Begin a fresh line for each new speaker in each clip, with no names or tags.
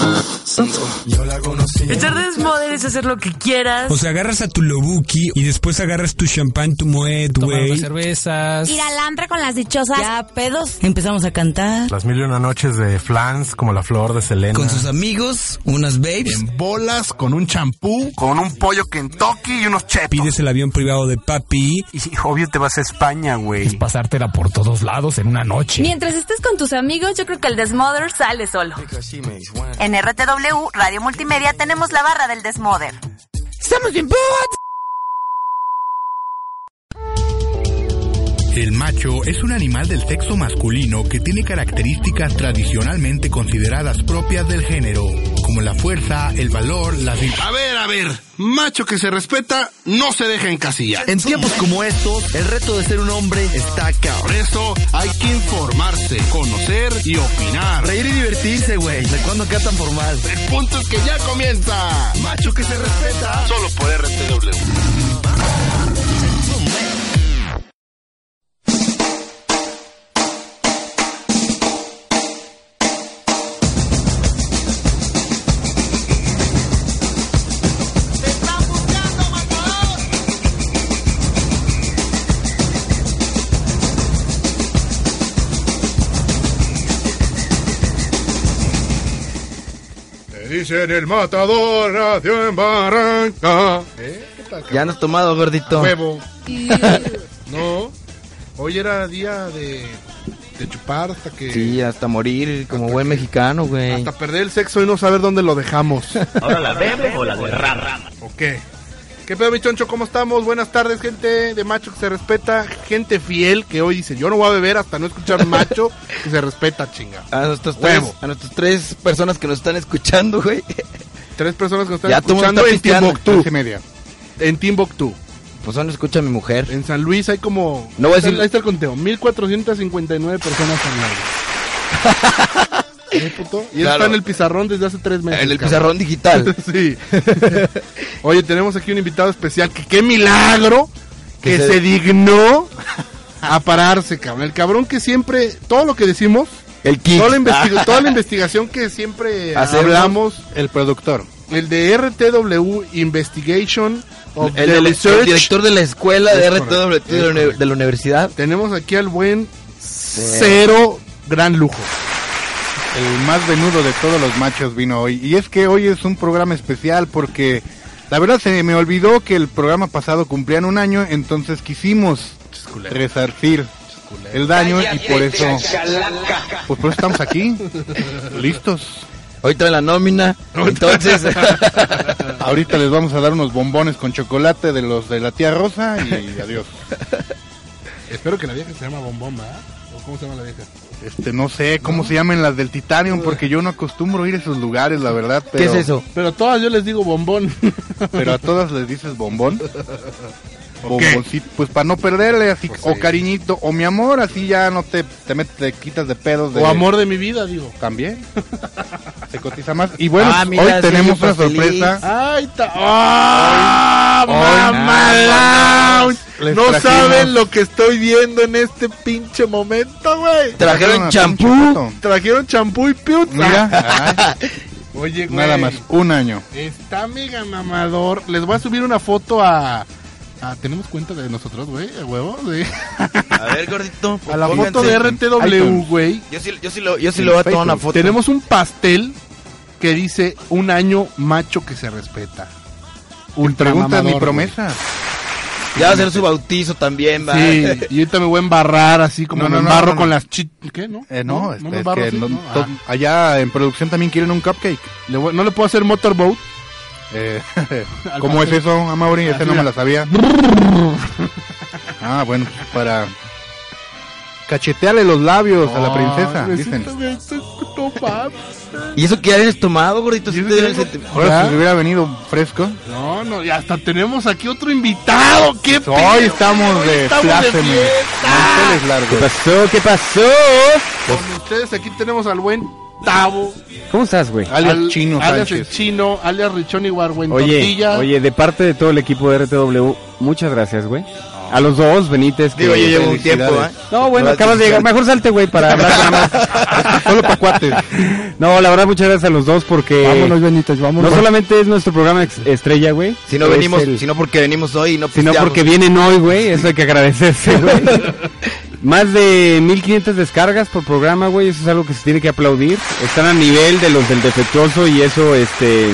pasando? Yo la conocí. Echar desmoder es hacer lo que quieras.
O sea, agarras a tu lobuki y después agarras tu champán, tu moet,
Tomando
güey.
cervezas.
Ir al antro con las dichosas.
Ya, pedos. Empezamos a cantar.
Las mil y una noches de flans como la flor de Selena.
Con sus amigos, unas babes.
En bolas, con un champú.
Con un pollo Kentucky y unos chetos.
Pides el avión privado de papi.
Y obvio te vas a España,
Es
güey.
pasártela por todos lados en una noche.
Mientras estés con tus amigos, yo creo que el desmoder sale solo.
En RTW, Radio Multimedia, tenemos la barra del Desmoder.
El macho es un animal del sexo masculino que tiene características tradicionalmente consideradas propias del género, como la fuerza, el valor, las...
A ver, a ver. Macho que se respeta, no se deja encasillar.
En tiempos como estos, el reto de ser un hombre está
Por
cabrón.
eso hay que informarse, conocer y opinar.
Reír y divertirse, güey. ¿De cuándo acá tan formal?
El punto es que ya comienza. Macho que se respeta. Solo por RTW.
Dicen el matador nació en
Ah.
Barranca. ¿Eh? ¿Qué tal,
Ya no has tomado, gordito.
Huevo. no. Hoy era día de, de chupar hasta que...
Sí, hasta morir como buen mexicano, güey.
Hasta perder el sexo y no saber dónde lo dejamos.
Ahora la bebe o la derrama.
¿O qué? ¿Qué pedo, mi choncho? ¿Cómo estamos? Buenas tardes, gente de macho que se respeta. Gente fiel que hoy dice, yo no voy a beber hasta no escuchar macho que se respeta, chinga.
A nuestros Ah, tres,
Huevo.
a nuestros tres personas que nos están escuchando, güey.
Tres personas que nos están
Ya todo el
escuchando
mundo está
en
pisteando.
Timbuktu. media. En Timbuktu.
Pues no escucha a mi mujer.
En San Luis hay como...
No voy a
ahí está-
decir-
Ahí está el conteo. 1459 personas online. ¿Eh, puto? Y eso
Claro.
está en el pizarrón desde hace tres meses.
En el
cabrón.
pizarrón digital.
Sí. Oye, tenemos aquí un invitado especial que qué milagro que
Que se-
se dignó a pararse, cabrón. El cabrón que siempre, todo lo que decimos,
El King.
toda la, investiga- toda la investigación que siempre
Hacemos.
hablamos,
El productor.
el de RTW Investigation of
El,
the
del- el
Research.
director de la escuela de
Es
RTW
correcto,
de la
es
uni-
correcto.
de la universidad.
Tenemos aquí al buen Cero Gran Lujo.
El más venudo de todos los machos vino hoy. Y es que hoy es un programa especial porque la verdad se me olvidó que el programa pasado cumplían un año, entonces quisimos resarcir el daño y por eso pues por eso estamos aquí listos
Ahorita en la nómina. Entonces,
ahorita les vamos a dar unos bombones con chocolate de los de la tía Rosa y adiós
Espero que la vieja se llama Bombomba, ¿O cómo se llama la vieja?
este no sé cómo se llaman las del Titanium porque yo no acostumbro ir a esos lugares la verdad
¿qué
pero-
es eso?
Pero todas yo les digo bombón.
pero a todas les dices bombón.
¿O qué?
Bomboncito, pues para no perderle así,
Pues
o
sí.
cariñito, o mi amor, así ya no te, te, metes, te quitas de pedos de
o amor de mi vida, digo.
también. Se cotiza más. Y bueno,
Ah, mira,
hoy
sí,
tenemos
yo
una
feliz.
sorpresa.
¡Ay, ta... ¡Ah,
Hoy-
mamá
hoy nada
Lounge!
más les
No
trajimos-
saben lo que estoy viendo en este pinche momento, güey.
Trajeron
a
champú.
Pancho
Trajeron champú y
Pato.
piuta.
Mira, ah,
Oye, güey.
nada más, un año.
Está mega mamador. Les voy a subir una foto a... a- ¿Tenemos cuenta de nosotros, güey? ¿A huevo? Sí.
A ver, gordito.
A la foto de RTW,
iTunes.
güey.
Yo sí, yo sí lo, yo sí
En
le voy a tomar una
Facebook.
foto.
Tenemos un pastel que dice un año macho que se respeta. Ultra
Preguntas mi
mamador,
promesa.
Ya va a ser su bautizo también, va.
güey. Sí, y ahorita me voy a embarrar así como
No,
me
no, no,
embarro
no, no.
con las chi... ¿Qué? ¿No?
Eh, no,
no
este,
me
es
embarro
que
así,
no-
¿no?
to-
Ah,
allá en producción también quieren un cupcake.
le voy- no le puedo hacer motorboat.
Eh, ¿Cómo es eso, Amaury? Ese no me la sabía. Ah, bueno, pues, para cachetearle los labios a la princesa,
Ay,
dicen.
necesito- necesito- no mames.
¿Y eso que ya habías tomado, gordito?
Yo
Sí
no
te dieron
tengo-
el senti-
Ahora
¿Ya?
si hubiera venido fresco.
No, no, y hasta tenemos aquí otro invitado. ¡Qué
Hoy
pedo!
estamos
Hoy
de
estamos de
plácemes.
fiesta.
Manteles largos.
pasó? ¿Qué pasó?
Con
Pues,
ustedes aquí tenemos al buen Tavo.
¿Cómo estás, güey?
Alias
al-
Chino
alias el
Sánchez.
Chino, alias Richón y Warwen
Oye,
Tortilla.
oye, de parte de todo el equipo de RTW, muchas gracias, güey. A los dos, Benítez.
Digo, yo llevo un tiempo, ¿eh?
No, bueno,
Ahora
acabas
sí,
de llegar.
claro.
Mejor salte, güey, para hablar nada
Ah,
más. Solo pa' cuates. No, la verdad, muchas gracias a los dos porque...
Vámonos, Benítez, vámonos.
No solamente es nuestro programa ex- estrella, güey.
Si no
es
venimos,
el-
si no porque venimos hoy y no
sino
pisteamos.
porque vienen hoy, güey. Eso hay que agradecerse, güey. Más de 1500 descargas por programa, güey. Eso es algo que se tiene que aplaudir. Están a nivel de los del defectuoso y eso, este.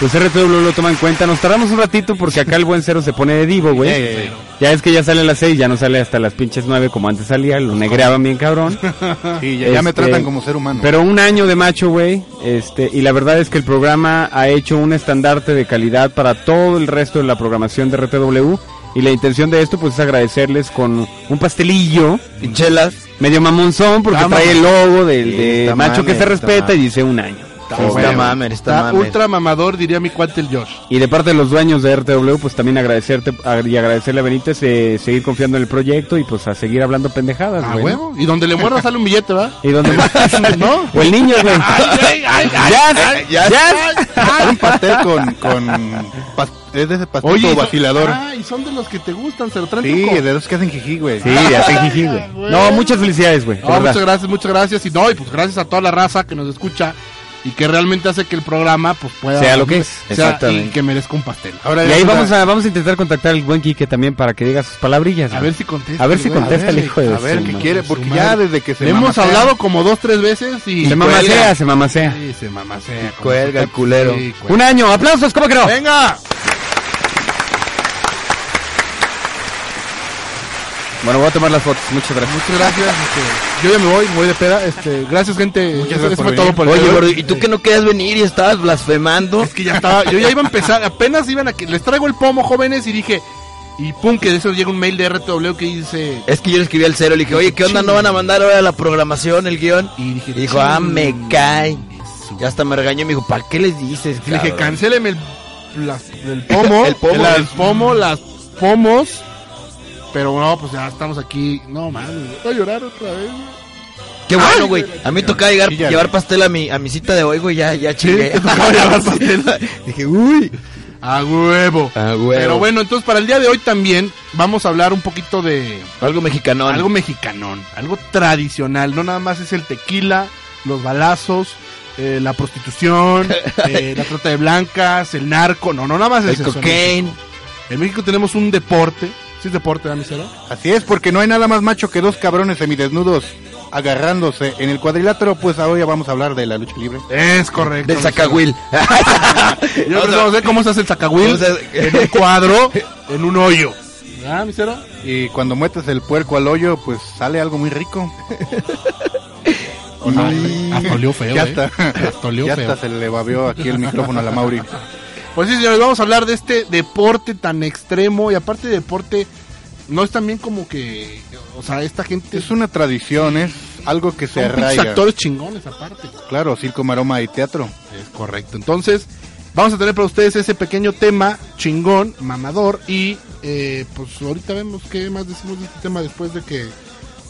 Pues RTW lo toma en cuenta. Nos tardamos un ratito porque acá el buen cero se pone de divo, güey.
Eh,
Ya es que ya sale a las 6, ya no sale hasta las pinches 9 como antes salía. Lo negreaban bien cabrón.
Sí, ya, ya me
Este,
tratan como ser humano.
Pero un año de macho, güey. Este, y la verdad es que el programa ha hecho un estandarte de calidad para todo el resto de la programación de RTW. Y la intención de esto, pues, es agradecerles con un pastelillo.
Y chelas.
Medio mamonzón, porque
Está
trae el
mamón.
logo del
Sí,
de
está
macho que
mames,
se
está
respeta y
mames.
dice un año.
bueno.
Está ultra mamador, diría mi cuate el Josh.
Y de parte de los dueños de RTW, pues también agradecerte ag- y agradecerle a Benítez eh, seguir confiando en el proyecto y pues a seguir hablando pendejadas,
A
Ah,
güey, ¿no?
Ah, huevo. Y donde le muerda sale un billete, ¿va?
Y donde
¿No?
O el niño, güey.
Ay, ay, ay,
Jazz,
ay,
jazz.
ay, ay.
Un pastel con... con pas- es de ese pastel
Oye, y son-
vacilador.
Ah, y son de los que te gustan, se lo traen
Sí,
truco.
de los que hacen jijí, güey.
Sí, hacen jijí, güey. No, muchas felicidades, güey. de
No,
verdad.
muchas gracias, muchas gracias. Y no, y pues gracias a toda la raza que nos escucha y que realmente hace que el programa pues pueda
Sea lo que es.
sea,
Exactamente.
y que merezca un pastel.
y ahí vamos a, vamos a intentar contactar al buen Quique también para que diga sus palabrillas.
A
güey.
ver si contesta.
A ver si
güey.
contesta el hijo de
A ver
su
qué
madre.
quiere, porque
su
ya
madre.
desde que se
Le
hemos
hemos
hablado
hablado
como dos, tres veces y...
Se mamasea, se mamasea.
Sí, se mamasea. como "Ah,
Cuelga el
se-
culero.
Sí, cuelga.
Un año, aplausos, ¿cómo que no?
¡Venga!
Bueno, voy a tomar las fotos, muchas gracias.
Muchas gracias. este, yo ya me voy, me voy de peda. Este, gracias, gente.
Muchas
Eso-
gracias
eso
por
fue todo
venir.
por el
Oye,
día de
gordo,
hoy.
¿y tú que no querías venir y estabas blasfemando?
Es que ya estaba, yo ya iba a empezar, apenas iban a que les traigo el pomo, jóvenes, y dije, y pum, que de eso llega un mail de RTW que dice,
Es que yo le escribí al cero, le dije, oye, ¿qué onda? ¿No van a mandar ahora la programación, el guión? Y dijo, ah, me cae. Y hasta me regañó y me dijo, ¿para qué les dices?
le dije,
cabrón?"
cancéleme el, las- el pomo,
El pomo.
las pomo, las pomos, pero no, pues ya estamos aquí, no mames, voy a llorar otra vez.
Qué bueno, güey. A mí tocaba llegar, llevar pastel a mi, a mi cita de hoy, güey. Ya, ya chingué.
te tocaba llevar pastel.
Dije, uy.
A huevo.
A huevo.
Pero bueno, entonces para el día de hoy también vamos a hablar un poquito de
Algo mexicanón.
algo mexicanón, algo tradicional, no nada más es el tequila, los balazos, eh, la prostitución, eh, la trata de blancas, el narco, no, no nada más
El
es eso. en
cocaine.
México. En México tenemos un deporte, ¿sí es deporte, ¿verdad, mi Cero?
Así es, porque no hay nada más macho que dos cabrones semidesnudos agarrándose en el cuadrilátero, pues ahora vamos a hablar de la lucha libre.
Es correcto.
Del
mi
Zacahuil.
Cero. Yo no sé cómo se hace el sacahuil
Vamos a-
en un cuadro, en un hoyo. ¿Ah, mi Cero?
Y cuando metes el puerco al hoyo, pues sale algo muy rico.
Ay, hasta olió feo,
ya
eh.
está.
Hasta olió
ya
feo.
hasta se le babeó aquí el micrófono a la Mauri.
Pues sí, señores, vamos a hablar de este deporte tan extremo y aparte de deporte, no es también como que, o sea, esta gente
Es una tradición, es algo que se
son pinches
arraiga.
actores chingones aparte.
Claro, circo, maroma y teatro.
Es correcto. Entonces, vamos a tener para ustedes ese pequeño tema chingón, mamador. Y eh, pues ahorita vemos qué más decimos de este tema después de que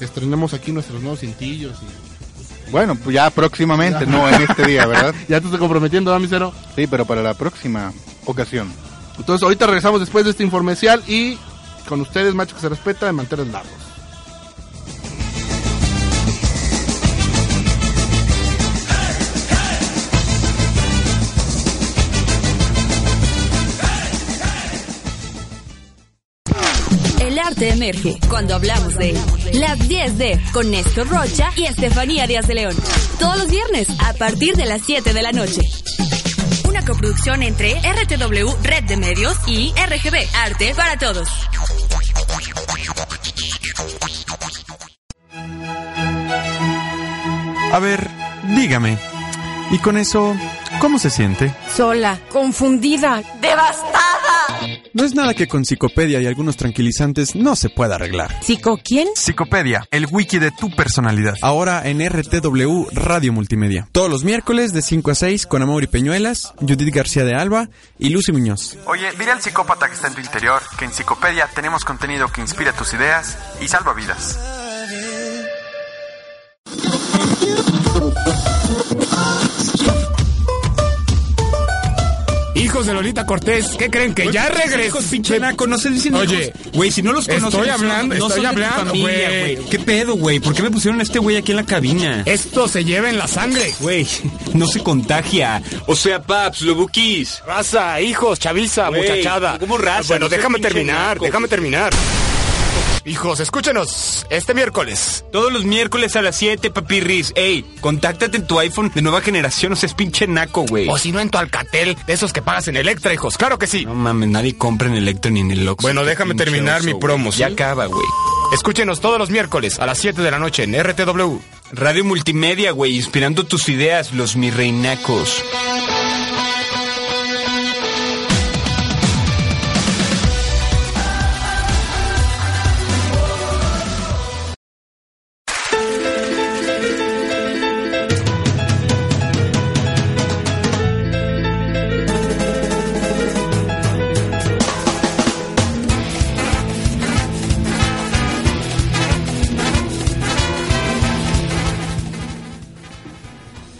estrenemos aquí nuestros nuevos cintillos. y-
Bueno, pues ya próximamente, no en este día, ¿verdad?
ya te estoy comprometiendo, ¿verdad, misero?
Sí, pero para la próxima ocasión.
Entonces, ahorita regresamos después de este informecial y con ustedes, macho que se respeta, de manteles largos.
El arte emerge cuando hablamos de él. Las 10 de con Néstor Rocha y Estefanía Díaz de León. Todos los viernes a partir de las 7 de la noche. Una coproducción entre RTW Red de Medios y RGB Arte para Todos.
A ver, dígame. ¿Y con eso, cómo se siente?
Sola, confundida, devastada.
No es nada que con psicopedia y algunos tranquilizantes no se pueda arreglar.
¿Psico quién?
Psicopedia, el wiki de tu personalidad. Ahora en RTW Radio Multimedia. Todos los miércoles de 5 a 6 con Amaury Peñuelas, Judith García de Alba y Lucy Muñoz.
Oye, dile al psicópata que está en tu interior que en Psicopedia tenemos contenido que inspira tus ideas y salva vidas.
Hijo
hijos de Lolita Cortés. ¿Qué creen que
Oye,
ya
pinches
regresó?
hijos, pinche naco, no se dicen
Oye,
hijos. güey, si no los conoces.
Estoy hablando,
no
estoy
son de tu
hablando,
familia,
güey.
¿Qué pedo, güey? ¿Por qué me pusieron a este güey aquí en la cabina?
Esto se lleva en la sangre.
Güey, no se contagia. O sea, paps, lo buquis.
Raza, hijos, chaviza,
Güey,
muchachada.
¿cómo raza?
Bueno,
No seas
déjame
pinche
terminar,
naco.
déjame terminar. Hijos, escúchenos este miércoles.
Todos los miércoles a las 7, papi Riz. Ey, contáctate en tu iPhone de nueva generación, o sea, es pinche naco, güey.
O si no en tu Alcatel, de esos que pagas en Electra, hijos. Claro que sí.
No mames, nadie compra en Electro ni en el Oxxo.
Bueno,
Qué
déjame
pinche
terminar
oso,
mi
güey.
promo, ¿sí?
Ya acaba, güey.
Escúchenos todos los miércoles a las 7 de la noche en RTW.
Radio Multimedia, güey, inspirando tus ideas, los mirreinacos.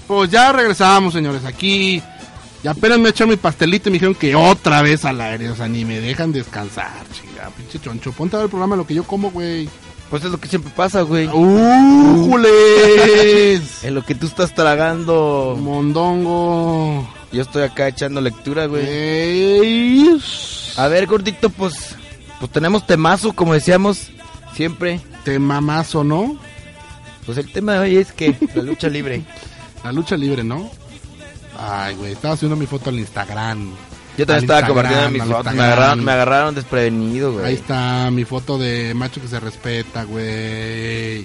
Pues ya regresamos, señores, aquí. Y apenas me echaron mi pastelito y me dijeron que otra vez al aire. O sea, ni me dejan descansar, chinga, pinche choncho. Ponte a ver el programa de lo que yo como, güey.
Pues es lo que siempre pasa, güey.
¡Uh, cules!
en lo que tú estás tragando.
Mondongo.
Yo estoy acá echando lectura, güey. A ver, gordito, pues. Pues tenemos temazo, como decíamos siempre.
Temamazo, ¿no?
Pues el tema de hoy es que la lucha libre.
La lucha libre, ¿no? Ay, güey, estaba haciendo mi foto al Instagram.
Yo también
Al
estaba compartiendo
Instagram,
mis
al
fotos. Me
Instagram.
agarraron, me agarraron desprevenido,
Ahí
güey.
está mi foto de macho que se respeta, güey.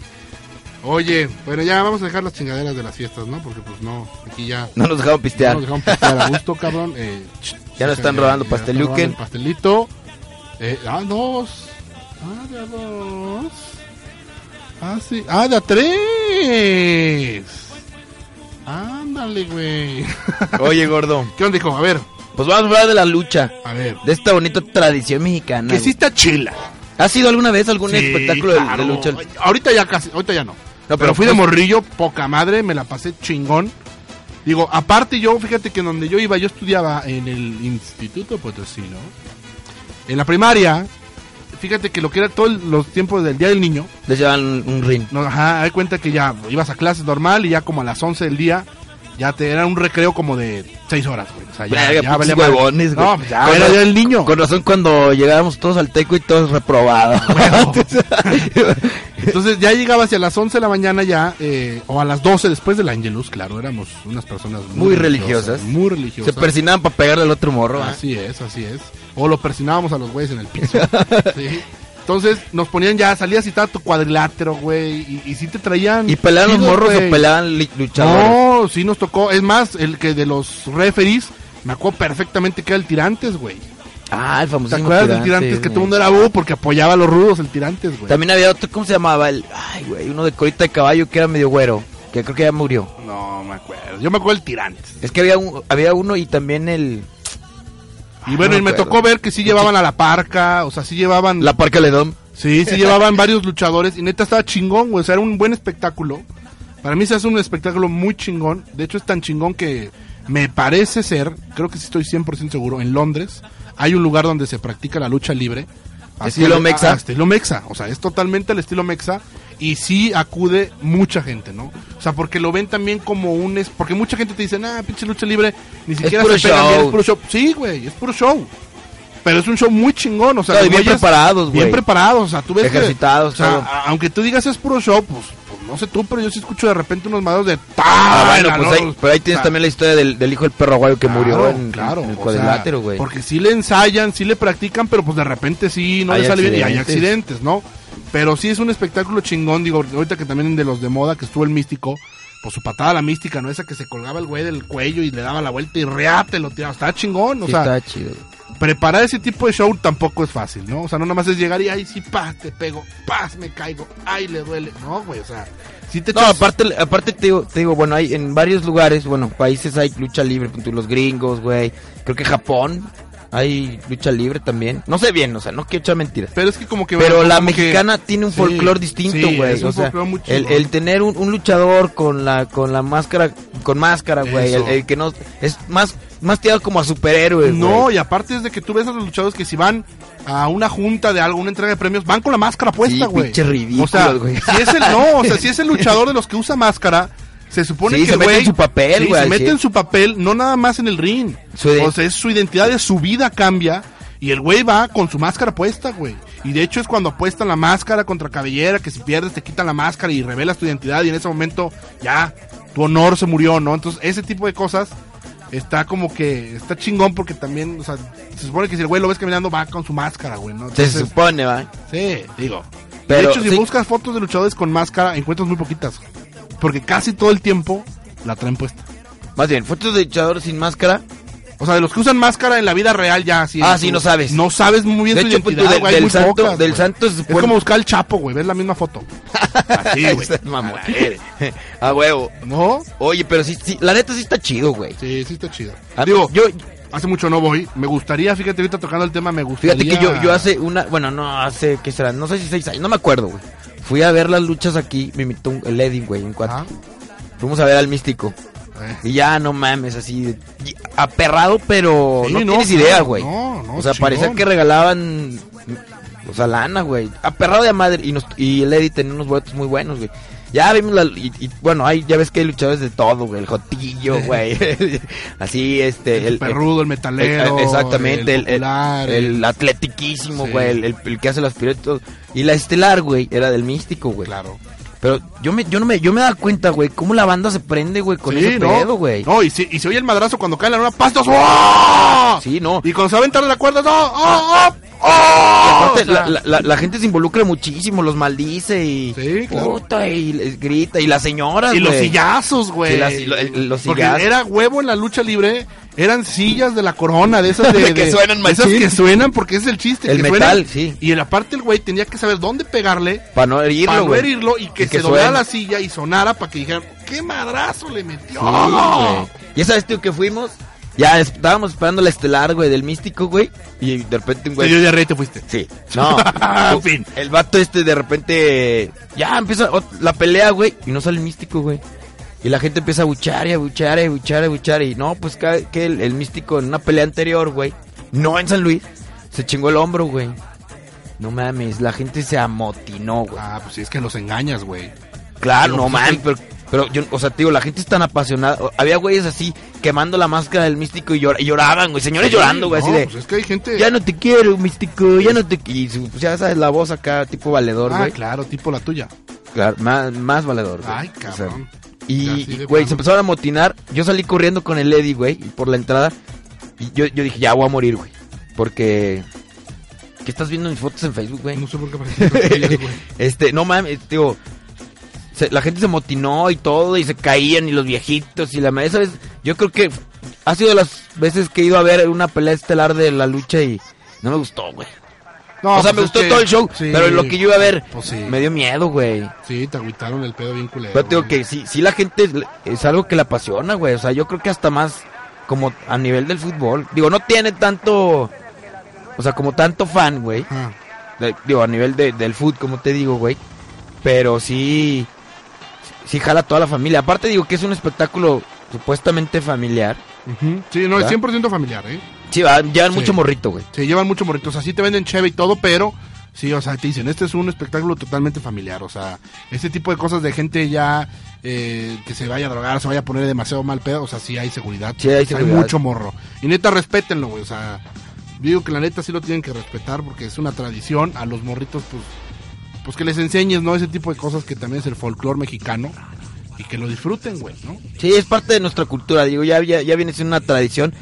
Oye, bueno, ya vamos a dejar las chingaderas de las fiestas, ¿no? Porque pues no, aquí ya...
No nos dejaron pistear.
No nos dejaron pistear a gusto, cabrón. Eh,
Ya
ya
nos están robando
están robando
pasteluquen.
el pastelito. Eh, ah, dos. Ah, de a dos. Ah, sí. Ah, de a tres. Ándale, güey.
Oye, gordo.
¿Qué onda, hijo? A ver.
Pues vamos a hablar de la lucha.
A ver.
De esta bonita tradición mexicana.
Que sí
güey.
está chila.
¿Has ido alguna vez a algún
Sí,
espectáculo de-
claro.
de lucha?
Ahorita ya casi, ahorita ya no. pero,
pero
fui de
pues-
morrillo, poca madre, me la pasé chingón. Digo, aparte yo, fíjate que en donde yo iba, yo estudiaba en el Instituto Potosino. En la primaria, fíjate que lo que era todos los tiempos del Día del Niño.
Les llevan un ring.
No, ajá, hay cuenta que ya ibas a clases normal y ya como a las 11 del día, ya te era un recreo como de 6 horas, güey. O sea, ya,
Verga,
ya
pinches
valía madre.
huevones, güey.
No, pues ya
Con
era
ra-
Día del Niño.
Con razón cuando llegábamos todos al teco y todos reprobados.
Entonces ya llegaba hacia las 11 de la mañana ya, eh, o a las 12 después del Angelus, claro, éramos unas personas
Muy religiosas.
Muy Ah, religiosas.
Se persinaban para pegarle al otro morro. ¿eh?
Así es, así es. O lo persinábamos a los güeyes en el piso. Sí. Entonces nos ponían ya, salías y estaba tu cuadrilátero, güey, y, y sí te traían...
¿Y peleaban los
chido,
morros
güey.
o peleaban li- luchadores?
No, sí nos tocó. Es más, el que de los referees, me acuerdo perfectamente que era el Tirantes, güey.
Ah, el
¿Te
famoso.
acuerdas del Tirantes? Que todo el mundo era bú porque apoyaba a los rudos el Tirantes, güey.
También había otro, ¿cómo se llamaba? El, ay, güey, uno de colita de caballo que era medio güero. Que creo que ya murió.
No me acuerdo. Yo me acuerdo el Tirantes.
Es que había, un- había uno y también el. Ah,
Y bueno,
No
y me
acuerdo.
tocó ver que sí llevaban a la parca, o sea, sí llevaban...
La Parca Ledón.
Sí, sí llevaban varios luchadores y neta estaba chingón, güey. O sea, era un buen espectáculo. Para mí se hace un espectáculo muy chingón. De hecho, es tan chingón que me parece ser, creo que sí estoy 100% seguro, en Londres hay un lugar donde se practica la lucha libre.
¿Estilo
ah,
mexa?
estilo mexa. O sea, es totalmente el estilo mexa. Y sí acude mucha gente, ¿no? O sea, porque lo ven también como un... Es, porque mucha gente te dice, ah, pinche lucha libre, ni siquiera
puro
se pegan bien, es
show.
puro show. Sí, güey, es puro show. Pero es un show muy chingón, o sea,
No, y
los
bien preparados,
Bien
güey.
preparados, o sea, tú ves que-
Ejercitados,
o sea,
todo.
a- aunque tú digas es puro show, pues, pues, no sé tú, pero yo sí escucho de repente unos mados de ta-
Ah,
la-
bueno, pues ahí,
los-
pero ahí
o
tienes
sea,
también la historia del, del hijo del perro aguayo que murió
claro,
en,
claro,
en el
o sea,
cuadrilátero, güey.
Porque sí le ensayan, sí le practican, pero pues de repente sí no
Hay
le sale bien y hay
accidentes.
accidentes, ¿no? Pero sí es un espectáculo chingón, digo, ahorita que también de los de moda que estuvo el místico, pues su patada a la mística, ¿no? Esa que se colgaba el güey del cuello y le daba la vuelta y reate lo tiraba, estaba chingón, o
Sí,
sea,
estaba chido.
preparar ese tipo de show tampoco es fácil, ¿no? O sea, no nomás es llegar y ay, sí, pa, te pego, paz, me caigo, ay, le duele. No, güey, o sea, sí te
No, aparte, aparte te, digo, te digo, bueno, hay en varios lugares, bueno, países hay lucha libre, pon tú, los gringos, güey. Creo que Japón Hay lucha libre también. No sé bien, o sea, no quiero echar mentiras.
Pero es que como que...
Pero
como
la
que-
mexicana tiene un
Sí,
folclore
sí,
distinto, güey.
es un
o sea,
folclore muy
el,
chingón.
el tener un, un luchador con la con la máscara, con máscara, güey. El,
Eso.
el que no... Es más, más tirado como a superhéroe,
No,
güey.
y aparte es de que tú ves a los luchadores que si van a una junta de algo, una entrega de premios, van con la máscara puesta, güey.
pinches ridículos,
o sea,
güey.
si es el no, o sea, si es el luchador de los que usa máscara, se supone
Sí,
que
se
el
mete
güey-
en su papel,
sí,
güey,
se mete
sí.
en su papel, no nada más en el ring.
Su ident-
o sea, es su identidad, es su vida cambia y el güey va con su máscara puesta, güey. Y de hecho es cuando apuestan la máscara contra cabellera, que si pierdes te quitan la máscara y revelas tu identidad y en ese momento ya tu honor se murió, ¿no? Entonces, ese tipo de cosas está como que está chingón porque también, o sea, se supone que si el güey lo ves caminando va con su máscara, güey, ¿no?
Se
Entonces,
supone, va.
Sí, digo.
Pero,
de hecho, si
sí.
buscas fotos de luchadores con máscara, encuentras muy poquitas. güey. Porque casi todo el tiempo la traen puesta.
Más bien, fotos de luchadores sin máscara.
O sea, de los que usan máscara en la vida real ya, así.
Ah,
tú-
sí, no sabes.
No sabes muy bien
De
su
hecho, pues,
identidad,
tú de-
güey, hay
del
muy
santo-
pocas,
del
güey.
santo se
Es
supone-
como buscar el Chapo, güey, ves la misma foto. Así, güey.
Ese es mamón. A huevo.
¿No?
Oye, pero sí, sí, la neta sí está chido, güey.
Sí, sí está chido.
Ah,
Digo,
yo,
hace mucho no voy. Me gustaría, fíjate, ahorita tocando el tema, me gustaría.
Fíjate que yo, yo hace una, bueno, no, hace, ¿qué será? No sé si seis años, no me acuerdo, güey. Fui a ver las luchas aquí, me invitó un, el Edding, güey, un cuate. Fuimos a ver al místico.
Eh.
Y ya, no mames, así, de- y aperrado, pero
Sí,
no,
no,
tienes
claro,
idea, güey.
no, no,
o sea,
chingón.
parecía que regalaban, o sea, lana, güey. Aperrado de a madre, y, nos, y el Eddie tenía unos boletos muy buenos, güey. Ya vimos la, y, y, bueno, ahí ya ves que hay luchadores de todo, güey, el jotillo, güey. así, este.
El perrudo, el metalero,
eh, Exactamente,
el
el, el,
popular,
el
el-
atletiquísimo,
Sí.
güey, el, el- el que hace las piruetas. y todo. Y la estelar, güey, era del místico, güey.
Claro.
Pero yo me, yo no me, yo me da cuenta, güey, cómo la banda se prende, güey, con
Sí,
ese
¿no?
pedo, güey.
No, y se, y se oye el madrazo cuando cae la luna, pastos. ¡oh!
Sí, no.
Y cuando se aventan la cuerda, ¡no! ¡oh, oh!
Y aparte, la, la- la- la gente se involucra muchísimo, los maldice y. puta, y les grita, y las señoras,
Y los
güey.
sillazos, güey.
Sí, las- lo- el- los
Porque
sillazos.
era huevo en la lucha libre. Eran sillas de la corona, de esas de,
De que
de-
suenan
de esas
machín.
que suenan porque es el chiste.
El
que
metal,
suenan.
sí.
Y el- aparte el güey tenía que saber dónde pegarle
Para no herirlo,
para no
güey.
herirlo y que,
Y que
se doblara
suene.
la silla y sonara para que dijeran, ¡qué madrazo le metió!
Sí, güey. Y esa vez, tío, que fuimos, ya es- estábamos esperando la estelar, güey, del místico, güey. Y de repente un güey.
Te dio diarrea y te fuiste.
Sí. No.
En fin.
El vato este de repente. Ya empieza ot- la pelea, güey. Y no sale el místico, güey. Y la gente empieza a buchar y a buchar y a buchar y a buchar. Y no, pues ca- que el, el místico en una pelea anterior, güey. No en San Luis. Se chingó el hombro, güey. No mames, la gente se amotinó, güey.
Ah, pues sí, es que los engañas, güey.
Claro,
Pero, pues,
no mames, pero, pero yo, o sea, te digo, la gente es tan apasionada. O- Había güeyes así, quemando la máscara del místico y, llor- y lloraban, güey. Señores
Sí,
llorando, güey,
no,
así de.
pues es que hay gente-
Ya no te quiero, místico, ya no te quiero. pues Ya sabes, la voz acá, tipo valedor,
Ah,
güey.
claro, tipo la tuya.
Claro, más, más valedor, güey.
Ay,
O sea,
cabrón. Así
y,
de
y, güey,
plano.
se empezaron a motinar. Yo salí corriendo con el Eddie, güey, y por la entrada. Y yo, yo dije, ya voy a morir, güey. Porque. ¿Qué estás viendo mis fotos en Facebook, güey? No
sé por qué aparecen güey.
Este, no mames, digo. se- la gente se motinó y todo, y se caían, y los viejitos, y la madre. ¿Sabes? Yo creo que ha sido de las veces que he ido a ver una pelea estelar de la lucha y no me gustó, güey.
No,
o
pues
sea, me
es
gustó
que-
todo el show,
sí.
pero lo que yo iba a ver
Pues sí.
me dio miedo, güey.
Sí, te agüitaron el pedo bien culero.
Pero te digo que sí, sí la gente es- es algo que la apasiona, güey. O sea, yo creo que hasta más como a nivel del fútbol. Digo, no tiene tanto, o sea, como tanto fan, güey. De- Digo, a nivel de- del fútbol, como te digo, güey. Pero sí, sí jala toda la familia. Aparte digo que es un espectáculo supuestamente familiar.
Ujú. Sí, no, es
¿Ya?
100% familiar, ¿eh?
Sí, va- llevan
Sí.
mucho morrito, güey.
Sí, llevan mucho morrito. O sea, sí te venden cheve y todo, pero sí, o sea, te dicen, este es un espectáculo totalmente familiar. O sea, este tipo de cosas de gente ya eh, que se vaya a drogar, se vaya a poner demasiado mal pedo. O sea, sí hay seguridad.
Sí, hay seguridad.
mucho morro. Y neta, respétenlo, güey. O sea, digo que la neta sí lo tienen que respetar porque es una tradición. A los morritos, pues, pues que les enseñes, ¿no? Ese tipo de cosas que también es el folclore mexicano. Y que lo disfruten, güey, ¿no?
Sí, es parte de nuestra cultura, digo, ya, ya, ya viene siendo una tradición.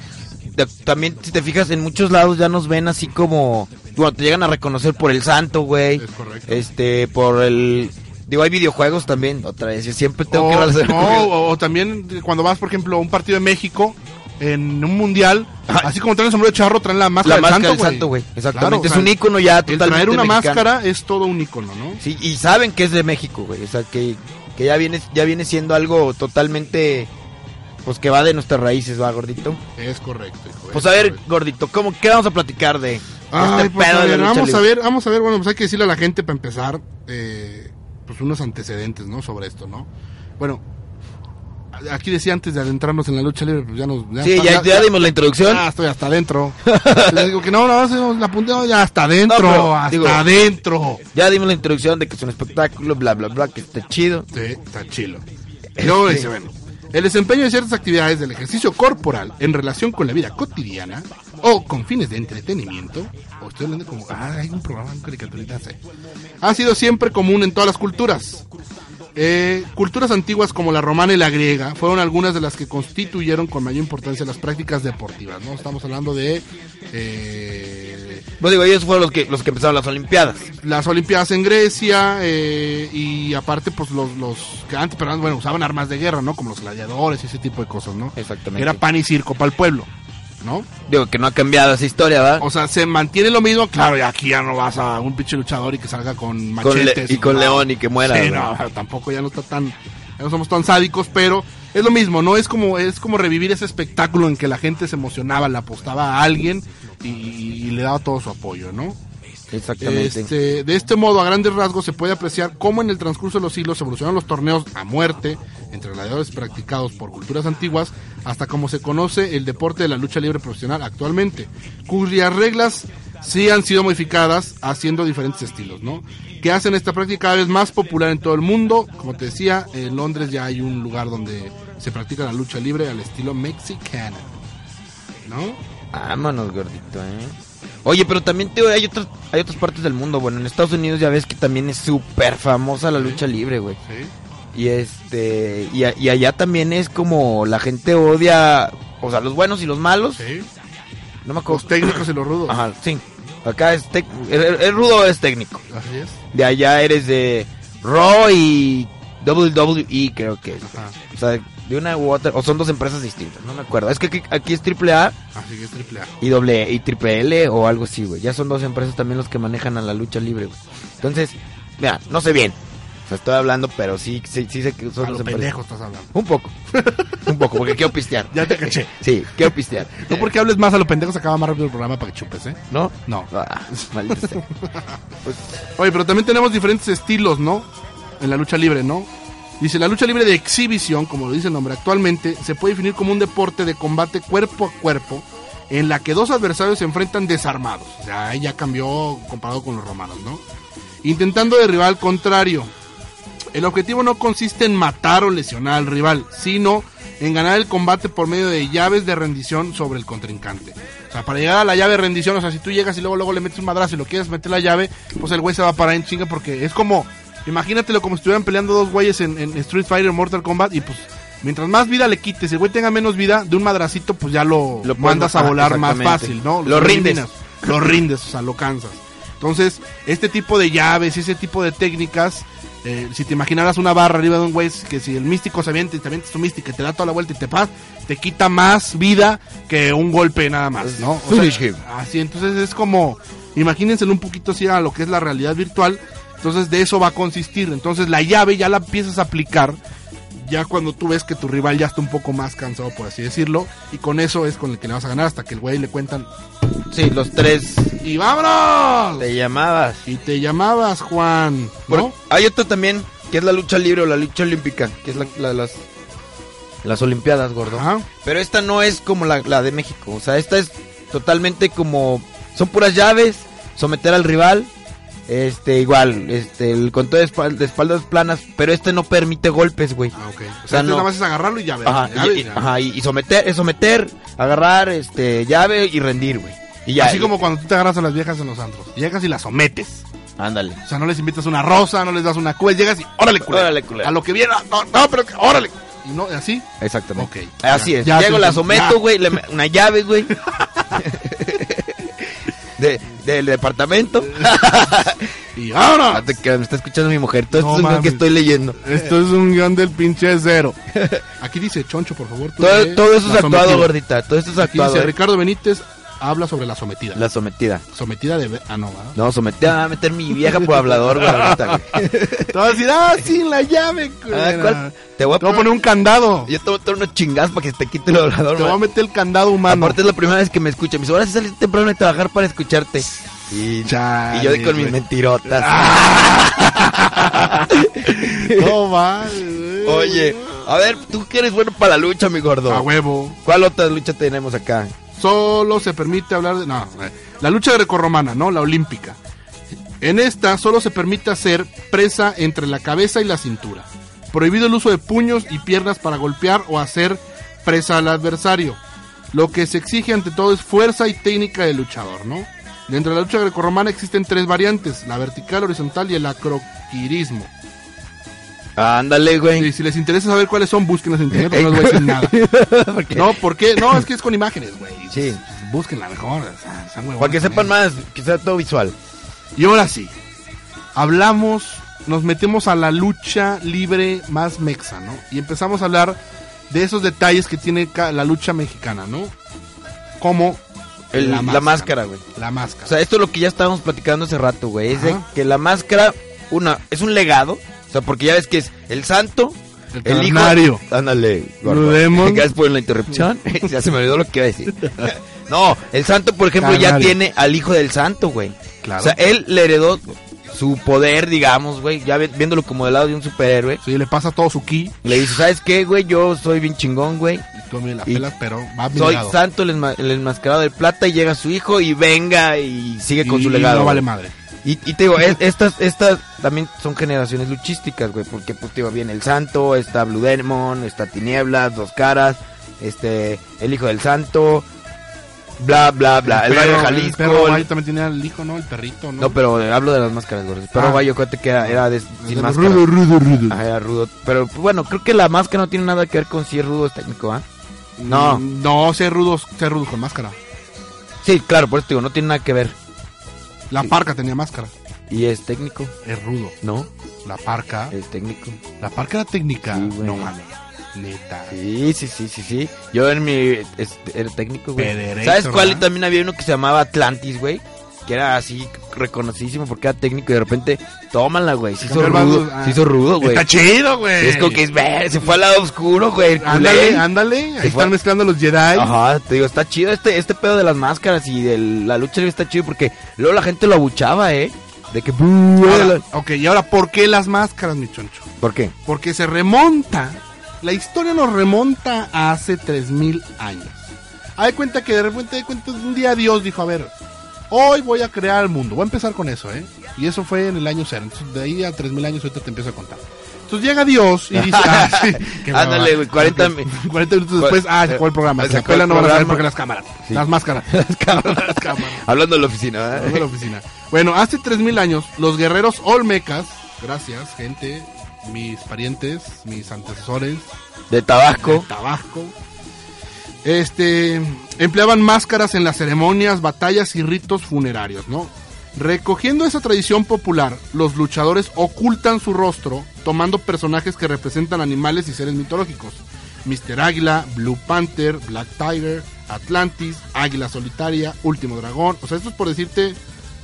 De- también, si te fijas, en muchos lados ya nos ven así como... Bueno, te llegan a reconocer por el santo, güey. Este, por el... Digo, hay videojuegos también, otra vez. Yo siempre tengo que...
O,
hablar de-
Oh, no, o- o también cuando vas, por ejemplo, a un partido de México, en un mundial, así como traen el sombrero de charro, traen la máscara,
La máscara
del
del
santo, güey.
santo, güey. Exactamente,
o
es un ícono ya
el
totalmente
traer una
mexicano.
máscara es todo un ícono, ¿no?
Sí, y saben que es de México, güey. O sea, que, que ya, viene, ya viene siendo algo totalmente Pues que va de nuestras raíces, va, gordito.
Es correcto, hijo.
Pues a ver, gordito, ¿cómo, ¿qué vamos a platicar de
Ay,
este
pues,
pedo
a
de la
ver,
lucha
vamos a
libre?
ver, vamos a ver, bueno, pues hay que decirle a la gente para empezar, eh, pues unos antecedentes, ¿no? Sobre esto, ¿no? Bueno, aquí decía antes de adentrarnos en la lucha libre, pues ya nos...
Sí, ya- ya dimos la introducción.
Ya estoy hasta adentro. Les digo que no, no, hacemos la punteo ya hasta adentro,
No, pero,
hasta
digo,
adentro.
Ya dimos la introducción de que es un espectáculo, bla, bla, bla, que está chido.
Sí, está chido. Y luego dice, bueno, el desempeño de ciertas actividades del ejercicio corporal en relación con la vida cotidiana o con fines de entretenimiento, o estoy hablando como, ah, hay un programa en caricaturita, sí. ha sido siempre común en todas las culturas. Eh, culturas antiguas como la romana y la griega fueron algunas de las que constituyeron con mayor importancia las prácticas deportivas, ¿no? Estamos hablando de eh,
No Pues digo, ellos fueron los que, los que empezaron las Olimpiadas.
las Olimpiadas en Grecia eh, y aparte pues los, los que antes pero bueno usaban armas de guerra no como los gladiadores y ese tipo de cosas no
exactamente
era pan y circo para el pueblo no
Digo, que no ha cambiado esa historia, ¿verdad?
o sea se mantiene lo mismo claro y aquí ya no vas a un pinche luchador y que salga con
Con le-
machetes
y con
¿no?
león y que muera,
sí,
¿verdad?
no, tampoco ya no está tan ya no somos tan sádicos pero es lo mismo no es como es como revivir ese espectáculo en que la gente se emocionaba le apostaba a alguien y- y le daba todo su apoyo no
Exactamente.
este, de este modo, a grandes rasgos, se puede apreciar cómo en el transcurso de los siglos evolucionaron los torneos a muerte entre gladiadores practicados por culturas antiguas hasta como se conoce el deporte de la lucha libre profesional actualmente, cuyas reglas sí han sido modificadas haciendo diferentes estilos, ¿no? Que hacen esta práctica cada vez más popular en todo el mundo. Como te decía, en Londres ya hay un lugar donde se practica la lucha libre al estilo mexicana, ¿no?
Vámonos, gordito, ¿eh? Oye, pero también tío, hay, otras, hay otras partes del mundo. Bueno, en Estados Unidos ya ves que también es súper famosa la lucha libre, güey. Y este. Y, a- y allá también es como la gente odia. O sea, los buenos y los malos. No me acuerdo.
Los técnicos y los rudos.
Ajá, sí. Acá es, tec- el, el- el rudo es técnico.
Así es.
De allá eres de Raw y WWE, creo que es.
Ajá.
O sea, de una u otra. O son dos empresas distintas, no me acuerdo. Es que aquí, aquí es AAA
Así que es triple A.
y doble E, y triple L o algo así, güey. Ya son dos empresas también los que manejan a la lucha libre, güey. Entonces, mira, no sé bien. O sea, estoy hablando, pero sí, sí, sí sé que son
A
dos
lo
empresas.
pendejo estás hablando.
Un poco. Un poco, porque quiero pistear.
Ya te caché.
Sí, quiero pistear.
No porque hables más a los pendejos acaba más rápido el programa para que chupes, ¿eh?
¿No? Ah,
No.
maldito sea.
Oye, pero también tenemos diferentes estilos, ¿no? En la lucha libre, ¿no? Dice, la lucha libre de exhibición, como lo dice el nombre actualmente, se puede definir como un deporte de combate cuerpo a cuerpo en la que dos adversarios se enfrentan desarmados. O sea, ahí ya cambió comparado con los romanos, ¿no? Intentando derribar al contrario. El objetivo no consiste en matar o lesionar al rival, sino en ganar el combate por medio de llaves de rendición sobre el contrincante. O sea, para llegar a la llave de rendición, o sea, si tú llegas y luego, luego le metes un madrazo y lo quieres meter la llave, pues el güey se va a parar en chinga porque es como, imagínatelo como si estuvieran peleando dos güeyes en, en Street Fighter Mortal Kombat y pues mientras más vida le quites, el güey tenga menos vida, de un madracito pues ya lo,
Lo
mandas a
puedes matar,
volar más
exactamente.
fácil, ¿no?
Lo rindes.
eliminas, Lo rindes, o sea, lo cansas. Entonces, este tipo de llaves y ese tipo de técnicas, eh, si te imaginaras una barra arriba de un güey, que si el místico se avienta y te avientas tu mística y te da toda la vuelta y te pasa, te quita más vida que un golpe nada más, ¿no? O sea,
Finish him.
Así, entonces es como, imagínenselo un poquito así a lo que es la realidad virtual, entonces de eso va a consistir. Entonces la llave ya la empiezas a aplicar ya cuando tú ves que tu rival ya está un poco más cansado, por así decirlo, y con eso es con el que le vas a ganar hasta que el güey le cuentan
Sí, los tres.
¡Y vámonos!
Te llamabas.
Y te llamabas, Juan. ¿no?
Bueno, hay otra también, que es la lucha libre o la lucha olímpica, que es la, la- las, las Olimpiadas, gordo. Pero esta no es como la, la de México, o sea, esta es totalmente como... Son puras llaves, someter al rival, este, igual, este, el conteo de, espal- de espaldas planas, pero este no permite golpes, güey.
Ah, ok.
O
O
sea,
sea,
no.
nada más es agarrarlo y ya ves.
Ajá,
ya
y,
ves,
y-
ya.
ajá, y- y someter, es someter, agarrar, este, llave y rendir, güey. Y ya.
Así como cuando tú te agarras a las viejas en los antros. Llegas y las sometes.
Ándale.
O sea, no les invitas una rosa, no les das una cuba, llegas y órale, culero. A lo que viene, no, no, pero órale. Y no, así.
Exactamente.
Ok.
Así
Ya,
es.
ya
Llego,
te
la
entendí. Ya.
someto, güey, le me- una llave, güey. De- del departamento.
y ahora.
que me está escuchando mi mujer.
No
Todo esto es lo que
mames.
estoy leyendo.
Esto es un guión del pinche cero. Aquí dice, Choncho, por favor. tú
Todo-
lee
todo eso
la
es actuado,
sometida.
gordita, todo eso es
Aquí
actuado,
dice,
eh.
Ricardo Benítez habla sobre la sometida.
La sometida.
Sometida de... ve- Ah, no, ¿verdad?
No, sometida a meter mi vieja por hablador, güey, ahorita, güey.
Te vas a decir, ah, sí, la llave,
Ah,
culera.
¿cuál? Te voy a poner un
candado.
Yo te voy a poner unos chingados para que te quite el hablador.
Te voy a meter el candado humano.
Aparte es la primera vez que me escucha. Me dice, ahora sí salí temprano de trabajar para escucharte. Y, y yo de con mis
güey.
mentirotas.
No va.
Oye, a ver, tú que eres bueno para la lucha, mi gordo. A
huevo.
¿Cuál otra lucha tenemos acá?
Solo se permite hablar de... No, eh, la lucha grecorromana, ¿no? La olímpica. En esta solo se permite hacer presa entre la cabeza y la cintura. Prohibido el uso de puños y piernas para golpear o hacer presa al adversario. Lo que se exige ante todo es fuerza y técnica del luchador, ¿no? Dentro de la lucha grecorromana existen tres variantes, la vertical, horizontal y el acroquirismo.
Ándale, güey.
Y si les interesa saber cuáles son, búsquenlas en internet, porque no les voy a decir nada. No, ¿por qué? No, es que es con imágenes, güey.
Sí.
Búsquenla mejor. o sea, sean huevones
Para que
con
sepan más, que sea todo visual.
Y ahora sí, hablamos, nos metemos a la lucha libre más mexa, ¿no? Y empezamos a hablar de esos detalles que tiene ca- la lucha mexicana, ¿no? Como
El- la, máscara, güey.
La máscara.
O sea, esto es lo que ya estábamos platicando hace rato, güey. Es de
Ajá.
que la máscara, una, es un legado. O sea, porque ya ves que es el santo, el,
cavernario.
hijo. Ándale, gordo.
Blue Demon.
Gracias por la interrupción. ya se me olvidó lo que iba a decir. No, el santo, por ejemplo, ya
Cavernario.
tiene al hijo del santo, güey.
Claro.
O sea, él le heredó su poder, digamos, güey. Ya vi- viéndolo como del lado de un superhéroe.
Sí, le pasa todo su ki.
Le dice, ¿sabes qué, güey? Yo soy bien chingón, güey.
Y tú a mí me la
Y-
pelas, pero va a mi
Soy
lado.
santo el, enma- el enmascarado de plata y llega su hijo y venga y sigue con
Y
su legado.
no vale
güey.
madre.
Y, y te digo, es- estas, estas también son generaciones luchísticas, güey, porque pues te digo, viene el santo, está Blue Demon, está Tinieblas, Dos Caras, este, el hijo del santo, bla, bla, bla, el, rayo de
perro, el
Jalisco.
perro
el-
Bayo también tenía el hijo, ¿no? El perrito, ¿no?
No, pero eh, hablo de las máscaras, güey. Pero
Ah.
Bayo, cuate que era, era de, sin
los
máscara.
rudos, rudos, rudos.
Ajá, era rudo. Pero pues, bueno, creo que la máscara no tiene nada que ver con si es rudo o es técnico, ¿ah? No.
Mm, No, ser rudos, ser rudos con máscara.
Sí, claro, por eso te digo, no tiene nada que ver.
La parca tenía máscara.
Y es técnico.
Es rudo.
No.
La parca.
Es técnico.
La parca era técnica.
güey.
Ah. no mames. Neta.
Sí, sí, sí, sí, sí. Yo en mi... este, era técnico, güey.
Pedereito,
¿Sabes cuál?
¿verdad?
También había uno que se llamaba Atlantis, güey. Que era así reconocidísimo porque era técnico y de repente... Tómala, güey. Se hizo
Cambió el
rudo.
vaso, ah.
Se hizo rudo, güey.
Está chido, güey.
Es como que es... ver, Se fue al lado oscuro, güey. el culé.
Ándale, ándale.
Se
Ahí
fue-
están mezclando los Jedi.
Ajá, te digo, está chido este, este pedo de las máscaras y de la lucha libre está chido porque luego la gente lo abuchaba, ¿eh? De que...
Ahora, ok, y ahora, ¿por qué las máscaras, mi choncho?
¿Por qué?
Porque se remonta, la historia nos remonta a hace 3000 años. Hay cuenta que de repente de cuenta, un día Dios dijo, a ver, hoy voy a crear el mundo. Voy a empezar con eso, ¿eh? Y eso fue en el año cero. Entonces, de ahí a 3000 años ahorita te empiezo a contar. Entonces llega Dios y dice, ah, sí, qué hueva.
Ándale, güey, 40
Ok, 40 minutos después, ah, se acabó el programa.
Se
Se la
acabó el
pela, no van a saber
programa.
porque las cámaras,
Sí.
las máscaras.
Las cámaras. Hablando de la oficina, ¿eh? ¿verdad?
Hablando de la oficina. Bueno, hace 3000 años, los guerreros olmecas, gracias, gente, mis parientes, mis antecesores.
De Tabasco.
de Tabasco. Este, empleaban máscaras en las ceremonias, batallas y ritos funerarios, ¿no? Recogiendo esa tradición popular, los luchadores ocultan su rostro tomando personajes que representan animales y seres mitológicos. Mr. Águila, Blue Panther, Black Tiger, Atlantis, Águila Solitaria, Último Dragón. O sea, esto es por decirte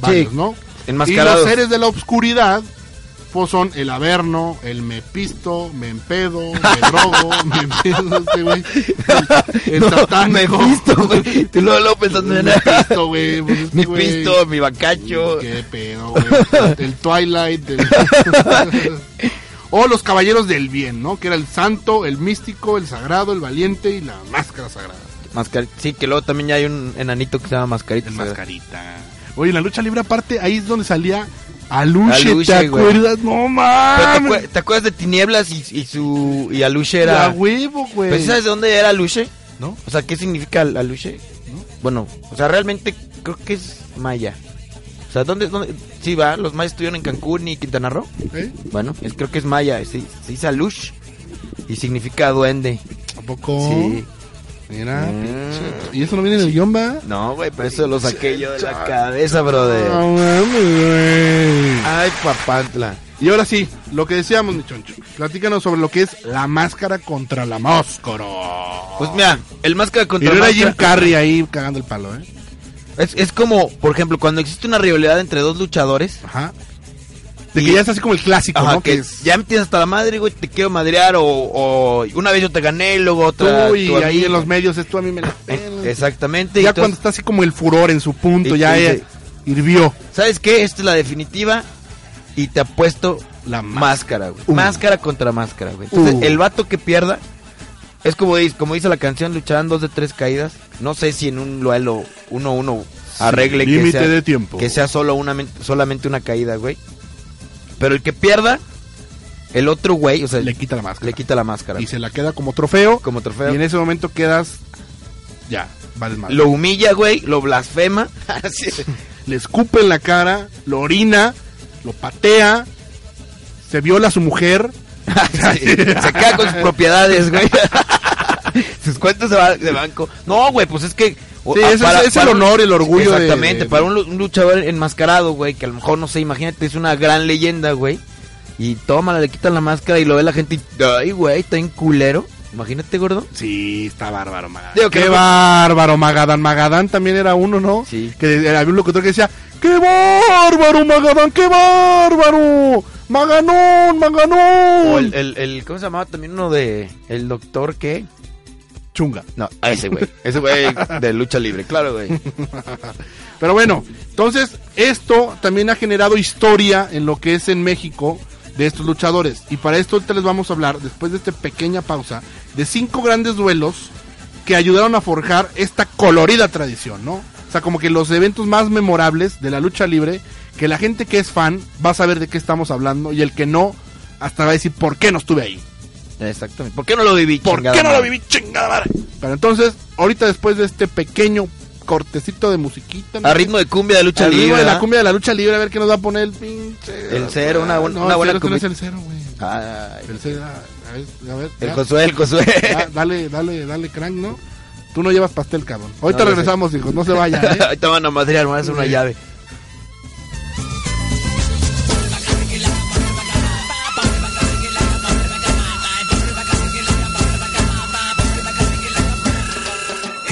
varios,
Sí,
¿no?
enmascarados.
Y los seres de la obscuridad pues son el Averno, el Mepisto, Mempedo, Medrogo, Mempedo, este güey. El, el satánico.
Mefisto, güey. Tú luego, luego pensando en
Mefisto, güey. pues, este
Mi
güey.
pisto, mi bacacho.
Qué pedo, güey. El Twilight. el- o los Caballeros del Bien, ¿no? Que era el santo, el místico, el sagrado, el valiente y la máscara sagrada.
Mascar- Sí, que luego también ya hay un enanito que se llama Mascarita.
El
¿sabes?
mascarita. Oye, en la lucha libre aparte, ahí es donde salía Aluche,
Aluche,
¿te
güey.
acuerdas? No
Pero ¿Te,
mames.
acue- te acuerdas de Tinieblas y, y su y Aluche era? Pues
La huevo, güey.
¿Pero sí sabes de dónde era Aluche?
¿No?
O sea, ¿qué significa Al- Aluche? Bueno, o sea, realmente creo que es maya. O sea, ¿dónde, dónde? Sí, va, los mayas estuvieron en Cancún y Quintana Roo.
¿Eh?
Bueno, es, creo que es maya, se, se dice Alush y significa duende.
¿A poco?
Sí.
Mira,
Mm.
pinche- ¿Y eso no viene en el guión, va?
No, güey, pero eso lo saqué yo de la cabeza, brother. Ay, papantla.
Y ahora sí, lo que decíamos, mi choncho. Platícanos sobre lo que es la máscara contra la máscara.
Pues mira, el máscara
Y
contra
no era
máscara-
Jim Carrey ahí cagando el palo, ¿eh?
Es, es como, por ejemplo, cuando existe una rivalidad entre dos luchadores.
Ajá. De que ya es así como el clásico, ¿no?
Que,
Que
ya me tienes hasta la madre, güey, te quiero madrear o, o una vez yo te gané, luego
Tú
otra.
y
tú a
ahí
mí.
en los medios es tú a mí me la
Exactamente.
Ya
entonces-
cuando está así como el furor en su punto,
Y
ya
tú
eh,
dices-
hirvió.
¿Sabes qué? Esta es la definitiva y te apuesto la máscara, güey. Máscara contra máscara, güey. Entonces,
Uh.
el vato que pierda es como dice, como dice la canción, lucharán dos de tres caídas. No sé si en un duelo uno a uno arregle que
límite
sea,
de tiempo.
que sea solo una men- solamente una caída, güey. Pero el que pierda el otro güey, o sea, le
quita la máscara.
Le quita la máscara.
Y se la queda como trofeo.
Como trofeo.
Y en ese momento quedas. Ya, vale mal.
Lo humilla, güey, lo blasfema. Así es.
Le escupe en la cara, lo orina, lo patea, se viola a su mujer.
se queda con sus propiedades, güey. sus cuentas de, ba- de banco. No, güey, pues es que. o-
Sí,
ah,
ese es- es el
un-
honor y el orgullo de-
Exactamente,
de-
para un, lu- un luchador enmascarado, güey, que a lo mejor, no sé, imagínate, es una gran leyenda, güey. Y tómala, le quitan la máscara y lo ve la gente y. Ay, güey, está en culero. Imagínate, gordo.
Sí, está bárbaro, Magadán.
Digo que
Qué
no-
bárbaro, Magadán. Magadán también era uno, ¿no? Sí. Que eh, había un locutor que decía, ¡qué bárbaro, Magadán! ¡Qué bárbaro! ¡Maganón, Maganón!
O el, el, el- ¿Cómo se llamaba también uno de. El doctor que.
Chunga.
No, a ese güey. Ese güey de lucha libre, claro, güey.
Pero bueno, entonces esto también ha generado historia en lo que es en México de estos luchadores. Y para esto ahorita les vamos a hablar, después de esta pequeña pausa, de cinco grandes duelos que ayudaron a forjar esta colorida tradición, ¿no? O sea, como que los eventos más memorables de la lucha libre, que la gente que es fan va a saber de qué estamos hablando y el que no, hasta va a decir, ¿por qué no estuve ahí?
Exactamente. ¿Por qué no lo viví?
¿Por
chingada
qué no lo
madre?
viví chingada madre? Pero entonces, ahorita después de este pequeño cortecito de musiquita. ¿no?
A ritmo de cumbia de lucha
Al ritmo
libre.
de la
¿verdad?
cumbia de la lucha libre, a ver qué nos va a poner el pinche.
El cero, una buena-
No,
una
el
buena
cero, es que
combi-
no es el cero, güey. El cero, a ver, a ver,
El
ya.
Josué, el Josué.
Ya, dale, dale, dale, crank, ¿no? Tú no llevas pastel, cabrón. Ahorita
No, no sé.
regresamos, hijos, no se vayan, ¿eh?
Ahorita van a madrear, van a hacer una
Sí.
llave.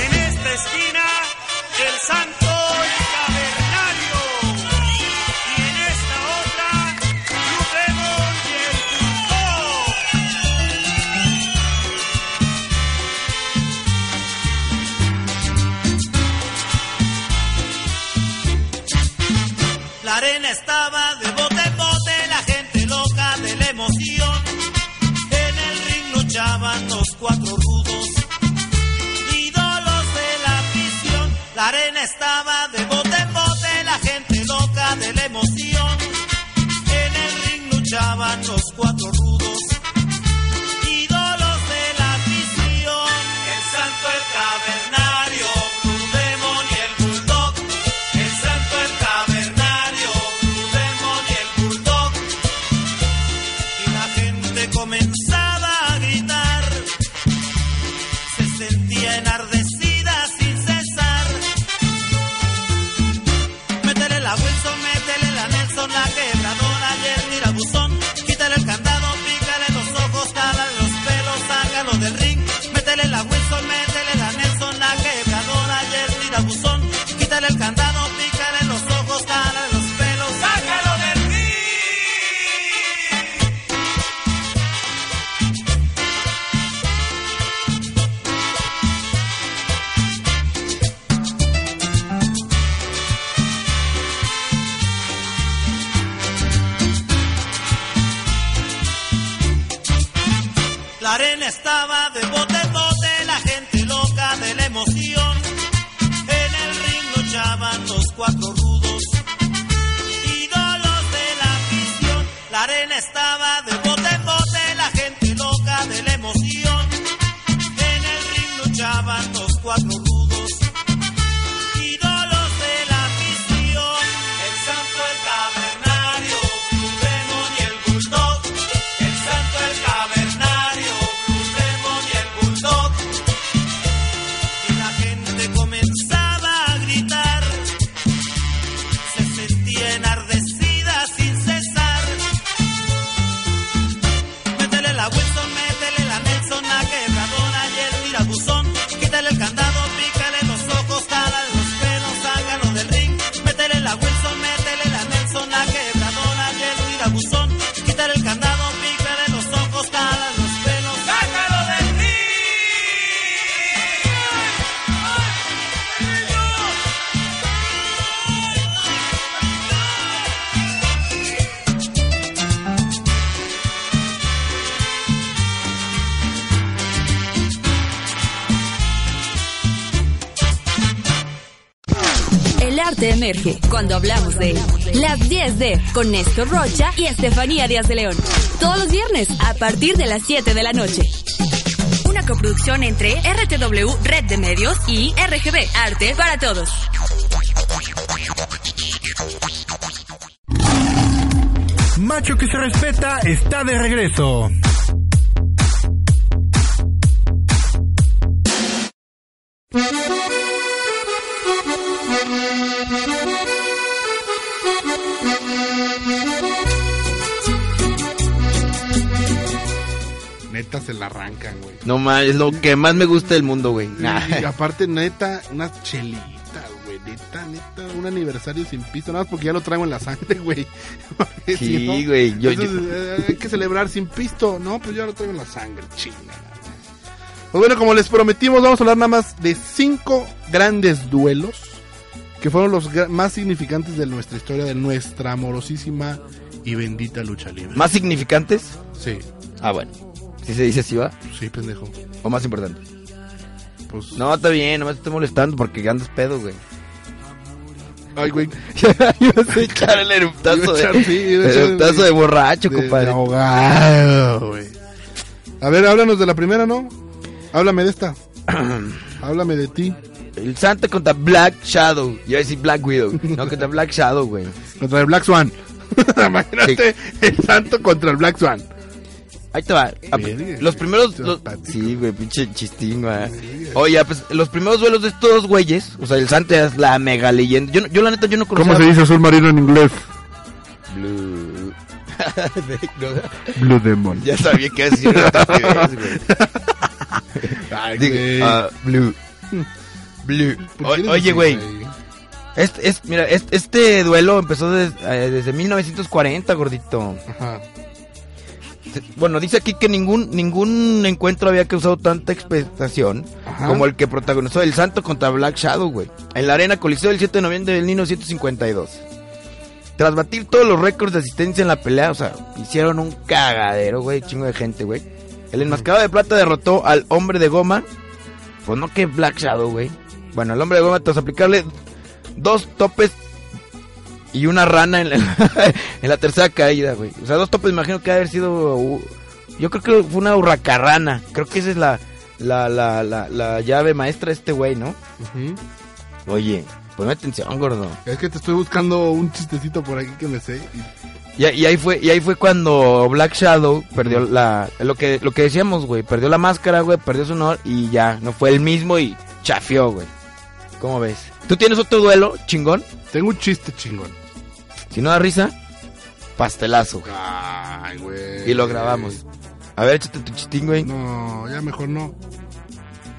En esta esquina, el santo cavernario. Y en esta otra, Blue Demon y el Fulgor. La arena estaba de bote en bote, la gente loca de la emoción. En el ring luchaban los cuatro rudos ídolos de la afición. La arena estaba de bote en bote, la gente loca de la emoción. En el ring luchaban los cuatro rudos, ídolos de la afición. El santo, el cavernario, Blue Demon y el Bulldog. El santo, el cavernario, Blue Demon y el Bulldog. Y la gente comenzaba a gritar se sentía enardecida sin cesar. Métele la Wilson, métele la Nelson, la quebradora y el tirabuzón. Quítale el candado, pícale los ojos, cálale los pelos, sácalo del ring. Métele la Wilson, métele la Nelson, la quebradora y el tirabuzón. Quítale el candado, pícale los ojos, cálale los pelos, sácalo del ring. La arena estaba de bote en bote, la gente loca de la emoción. En el ring luchaban los cuatro rudos, ídolos de la afición. La arena estaba de bote en bote, la gente loca de la emoción. En el ring luchaban los cuatro rudos, ídolos de la afición. El santo, el cavernario, Blue Demon y el bulldog. El santo, el cavernario, Blue Demon y el bulldog.
El arte emerge cuando hablamos de las 10 d con Néstor Rocha y Estefanía Díaz de León. Todos los viernes a partir de las 7 de la noche. Una coproducción entre RTW Red de Medios y RGB Arte para Todos.
Macho que se respeta está de regreso.
Neta se la arrancan, güey.
No mames, es lo que más me gusta del mundo, güey. Nah.
Y aparte, neta, unas chelitas, güey. Neta, neta, un aniversario sin pisto. Nada más porque ya lo traigo en la sangre, güey. Porque
Sí,
si pues, no,
güey, yo-
eso es,
yo-
eh, hay que celebrar sin pisto. No, pues yo lo traigo en la sangre, chinga. Pues bueno, como les prometimos, vamos a hablar nada más de cinco grandes duelos que fueron los gra- más significantes de nuestra historia, de nuestra amorosísima y bendita lucha libre.
¿Más significantes?
Sí.
Ah, bueno. Si se dice así, va.
Sí, pendejo.
¿O más importante?
Pues,
No, está bien, nomás te estoy molestando porque andas pedo, güey.
Ay, güey.
Ibas a echar el eruptazo
Iba a echar, sí, iba a echar el-
de borracho,
de-
compadre.
de ahogado, güey. A ver, háblanos de la primera, ¿no? Háblame de esta. Háblame de ti.
El Santa contra Black Shadow. Yo iba a decir Black Widow. No, contra Black Shadow, güey.
Contra el Black Swan. Imagínate el santo contra el Black Swan.
Ahí te va. Ah, Los primeros. los- Sí, güey, pinche chistín, güey. Oye, pues los primeros duelos de estos dos güeyes. O sea, el Santa es la mega leyenda. Yo, no- yo la neta, yo no conocía.
¿Cómo se dice azul marino en inglés?
Blue.
Blue Demon.
Ya sabía que iba a decir una estupidez, güey.
Ay,
Digo,
güey.
ah, blue. Blue.
¿Por
O-
qué eres así,
oye, güey.
güey?
Este, es- mira, este, este duelo empezó des- eh, desde 1940, gordito.
Ajá.
Se- Bueno, dice aquí que ningún ningún encuentro había causado tanta expectación
Ajá.
como el que protagonizó El Santo contra Black Shadow, güey. En la Arena Coliseo del 7 de noviembre de 1952. Tras batir todos los récords de asistencia en la pelea, o sea, hicieron un cagadero, güey, chingo de gente, güey. El enmascarado de plata derrotó al hombre de goma. Pues no que Black Shadow, güey. Bueno, el hombre de goma tras aplicarle dos topes y una rana en la, en la tercera caída, güey. O sea, dos topes, imagino que ha de haber sido. uh, Yo creo que fue una hurracarrana. Creo que esa es la, la, la, la, la llave maestra de este güey, ¿no?
Ujú.
Oye, ponme atención, gordo.
Es que te estoy buscando un chistecito por aquí que me sé. y-
Y, y ahí fue y ahí fue cuando Black Shadow perdió la lo que lo que decíamos, güey, perdió la máscara, güey, perdió su honor y ya, no fue el mismo y chafió, güey. ¿Cómo ves? ¿Tú tienes otro duelo chingón?
Tengo un chiste chingón.
Si no da risa, pastelazo, güey.
Ay, güey.
Y lo grabamos. A ver, échate tu chistín, güey.
No, ya mejor no.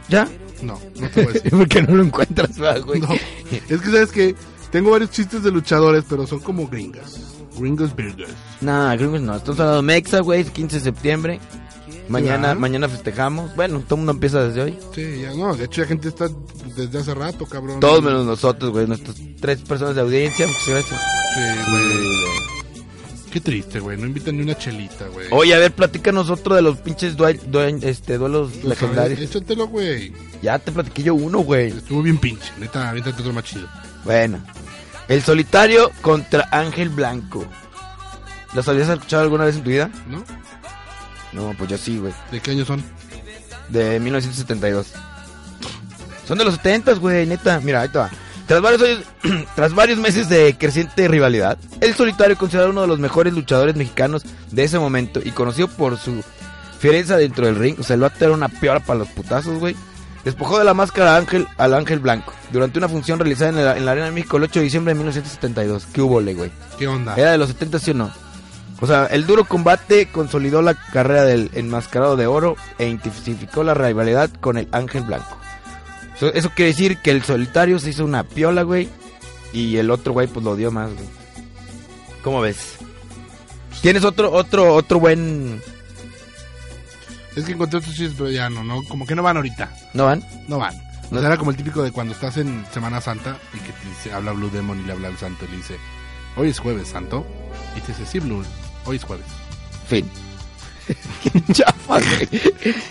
¿Ya?
No, no te voy a decir.
Porque no lo encuentras, ¿verdad, güey.
No. Es que sabes que tengo varios chistes de luchadores, pero son como gringas. Gringos Burgers.
Nah, gringos no. Estamos hablando de Mexa, güey, es 15 de septiembre. Mañana,
¿Verdad?
mañana festejamos. Bueno, todo el mundo empieza desde hoy.
Sí, ya no. De hecho, la gente está desde hace rato, cabrón.
Todos menos nosotros, güey. Nuestras tres personas de audiencia. Muchas gracias.
Sí, güey. Qué triste, güey. No invitan ni una chelita, güey.
Oye, a ver, platícanos otro de los pinches due- due- este, duelos
Tú sabes,
legendarios.
Échatelo, güey.
Ya te platiqué yo uno, güey.
Estuvo bien pinche. Neta, aviéntate otro más chido.
Bueno. El solitario contra Ángel Blanco. ¿Los habías escuchado alguna vez en tu vida?
¿No?
No, pues yo sí, güey.
¿De qué año son?
De 1972. Son de los 70, güey, neta. Mira, ahí te va. Tras varios, años- tras varios meses de creciente rivalidad, el solitario considerado uno de los mejores luchadores mexicanos de ese momento y conocido por su fiereza dentro del ring, o sea, el vato era una peor para los putazos, güey. Despojó de la máscara a Ángel, al Ángel Blanco durante una función realizada en la, en la Arena de México el 8 de diciembre de 1972. ¿Qué hubo, güey?
¿Qué onda?
¿Era de los 70 sí o no? O sea, el duro combate consolidó la carrera del enmascarado de oro e intensificó la rivalidad con el Ángel Blanco. So- eso quiere decir que el solitario se hizo una piola, güey, y el otro güey pues lo dio más, güey. ¿Cómo ves? ¿Tienes otro otro otro buen
Es que encontré estos chistes, pero ya no, no. Como que no van ahorita.
no van?
No van. O sea, era como el típico de cuando estás en Semana Santa y que te dice, habla Blue Demon y le habla al santo y le dice, hoy es jueves, santo. Y te dice, sí, Blue, hoy es jueves.
Fin. chafa, güey.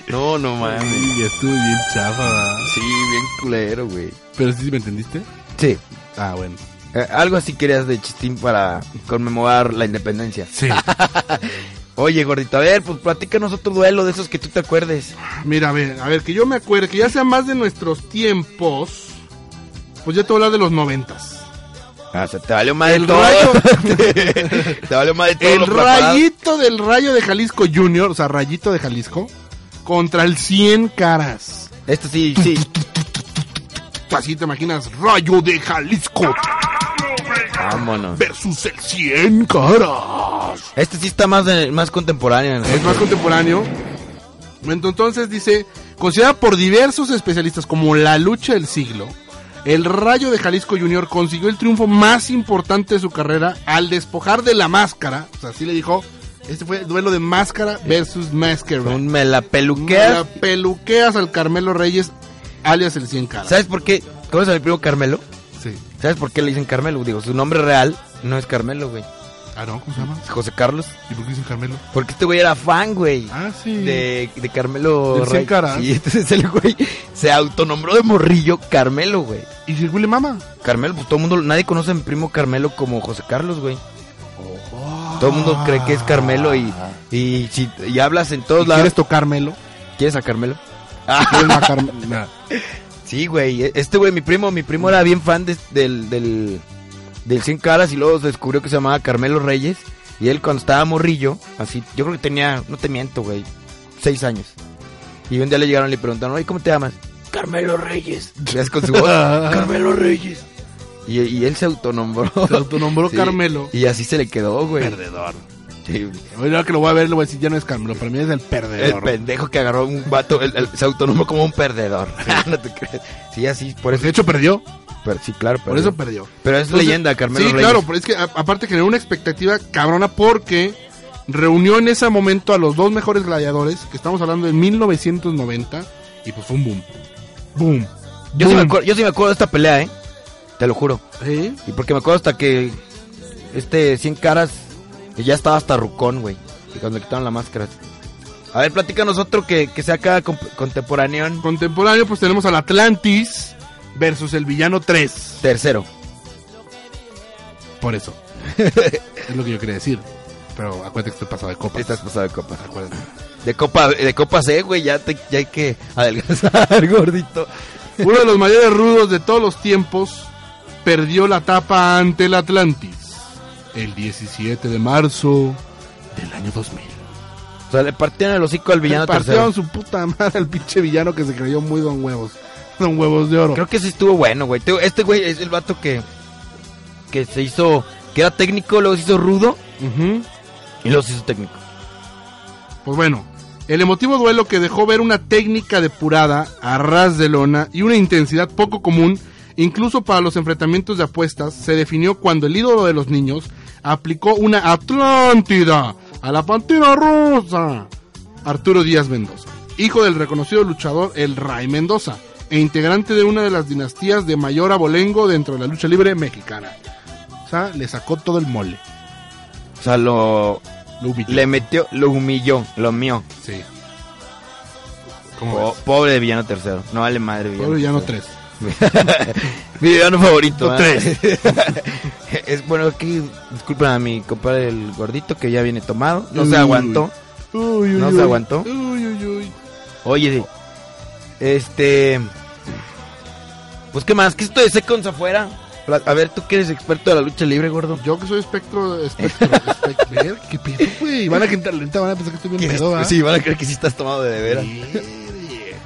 No, no mames.
Sí, ya estuvo bien chafa.
Sí, bien culero, güey.
Pero sí, ¿me entendiste?
Sí.
Ah, bueno.
Eh, algo así querías de chistín para conmemorar la independencia.
Sí.
Oye, gordito, a ver, pues platícanos otro duelo de esos que tú te acuerdes.
Mira, a ver, a ver, que yo me acuerde, que ya sea más de nuestros tiempos, pues ya te voy a hablar de los noventas.
Ah, se te valió madre
El
todo.
rayo.
te valió madre todo.
El
lo preparado.
rayito del rayo de Jalisco Junior, o sea, rayito de Jalisco, contra el 100 caras.
Esto Este sí, sí.
Así te imaginas, rayo de Jalisco
Vámonos.
versus el 100 caras.
Este sí está más, de- más contemporáneo. ¿no?
Es más contemporáneo. Bueno, Entonces dice, considerada por diversos especialistas como la lucha del siglo, el Rayo de Jalisco Junior consiguió el triunfo más importante de su carrera al despojar de la máscara, o sea, así le dijo, este fue el duelo de máscara versus máscara.
Un
Me
me la
la
peluquea.
peluqueas al Carmelo Reyes, alias el 100 caras.
¿Sabes por qué? ¿Cómo es el primo Carmelo?
Sí.
¿Sabes por qué le dicen Carmelo? Digo, su nombre real no es Carmelo, güey.
Ah, no, ¿cómo se llama?
Es José Carlos.
¿Y por qué dicen Carmelo?
Porque este güey era fan, güey.
Ah, sí.
De, de Carmelo
Del Cien
Rey.
Caras.
Sí, entonces el güey se autonombró de morrillo Carmelo, güey.
¿Y si el güey le mama?
Carmelo, pues todo el mundo, nadie conoce a mi primo Carmelo como José Carlos, güey. Todo el mundo cree que es Carmelo y, y si y hablas en todos lados.
¿Quieres tocármelo?
¿Quieres a Carmelo?
¿Quieres a Carmelo? Nah.
Sí, güey. Este güey, mi primo, mi primo era bien fan de- del, del, del Cien Caras y luego descubrió que se llamaba Carmelo Reyes. Y él cuando estaba morrillo, así, yo creo que tenía, no te miento, güey, seis años. Y un día le llegaron y le preguntaron, oye, ¿cómo te llamas? Carmelo Reyes. Y es con su voz,
Ah.
Carmelo Reyes. Y, y él se autonombró.
Se autonombró Carmelo.
Y así se le quedó, güey.
Perdedor.
Sí,
Ahora que lo voy a ver, le voy a decir, ya no es Carmelo, para mí es el
el
perdedor.
pendejo que agarró un vato, el- el- se autonombró como un perdedor. no te crees. Sí, así, por eso.
de hecho, perdió.
Pero sí, claro,
Por eso perdió.
Pero es
Entonces,
leyenda, Carmelo
Sí,
Reyes.
claro, pero es que a- aparte generó una expectativa cabrona porque reunió en ese momento a los dos mejores gladiadores, que estamos hablando de 1990, y pues fue un boom. Boom.
Yo sí, me
Boom.
acuerdo, yo sí me acuerdo de esta pelea, ¿eh? Te lo juro.
¿Sí?
Y porque me acuerdo hasta que este 100 caras ya estaba hasta Rucón, güey. Y cuando le quitaron la máscara. A ver, platícanos otro que, que sea acá contemporáneo.
Contemporáneo, pues tenemos al Atlantis versus el villano 3.
Tercero.
Por eso. es lo que yo quería decir. Pero acuérdate que estoy pasado de copas.
Estás pasado de copas. De copa, de copa C, güey, ya, te- ya hay que adelgazar, gordito.
Uno de los mayores rudos de todos los tiempos perdió la tapa ante el Atlantis el 17 de marzo del año 2000.
O sea, le partieron el hocico al villano
Le partieron
tercero.
su puta madre al pinche villano que se creyó muy don huevos. Don huevos de oro.
Creo que sí estuvo bueno, güey. Te- Este güey es el vato que, que se hizo, que era técnico, luego se hizo rudo
Ujú.
y luego se hizo técnico.
Pues bueno, el emotivo duelo que dejó ver una técnica depurada a ras de lona y una intensidad poco común, incluso para los enfrentamientos de apuestas, se definió cuando el ídolo de los niños aplicó una Atlántida a la pantera rosa. Arturo Díaz Mendoza, hijo del reconocido luchador El Ray Mendoza e integrante de una de las dinastías de mayor abolengo dentro de la lucha libre mexicana. O sea, le sacó todo el mole.
O sea, lo,
Lo humilló.
Le metió, lo humilló, lo mío.
Sí.
Po- pobre de villano tercero. No vale madre villano.
Pobre villano
tercero. mi villano favorito.
Top
¿eh? es bueno aquí, disculpen a mi compadre el gordito que ya viene tomado. No se
Uy.
aguantó.
Uy, uy,
No
uy.
se aguantó.
Uy, uy, uy.
Oye, este. Pues qué más, ¿qué esto de Seconds afuera? Pla- A ver, tú que eres experto de la lucha libre, gordo.
Yo que soy espectro, espectro, espectro, ver, qué pedo, güey. Van a gente lenta, van a pensar que estoy bien
¿Qué es-
pedo, ¿ah?
Este, sí, van a creer que sí estás tomado de, de veras.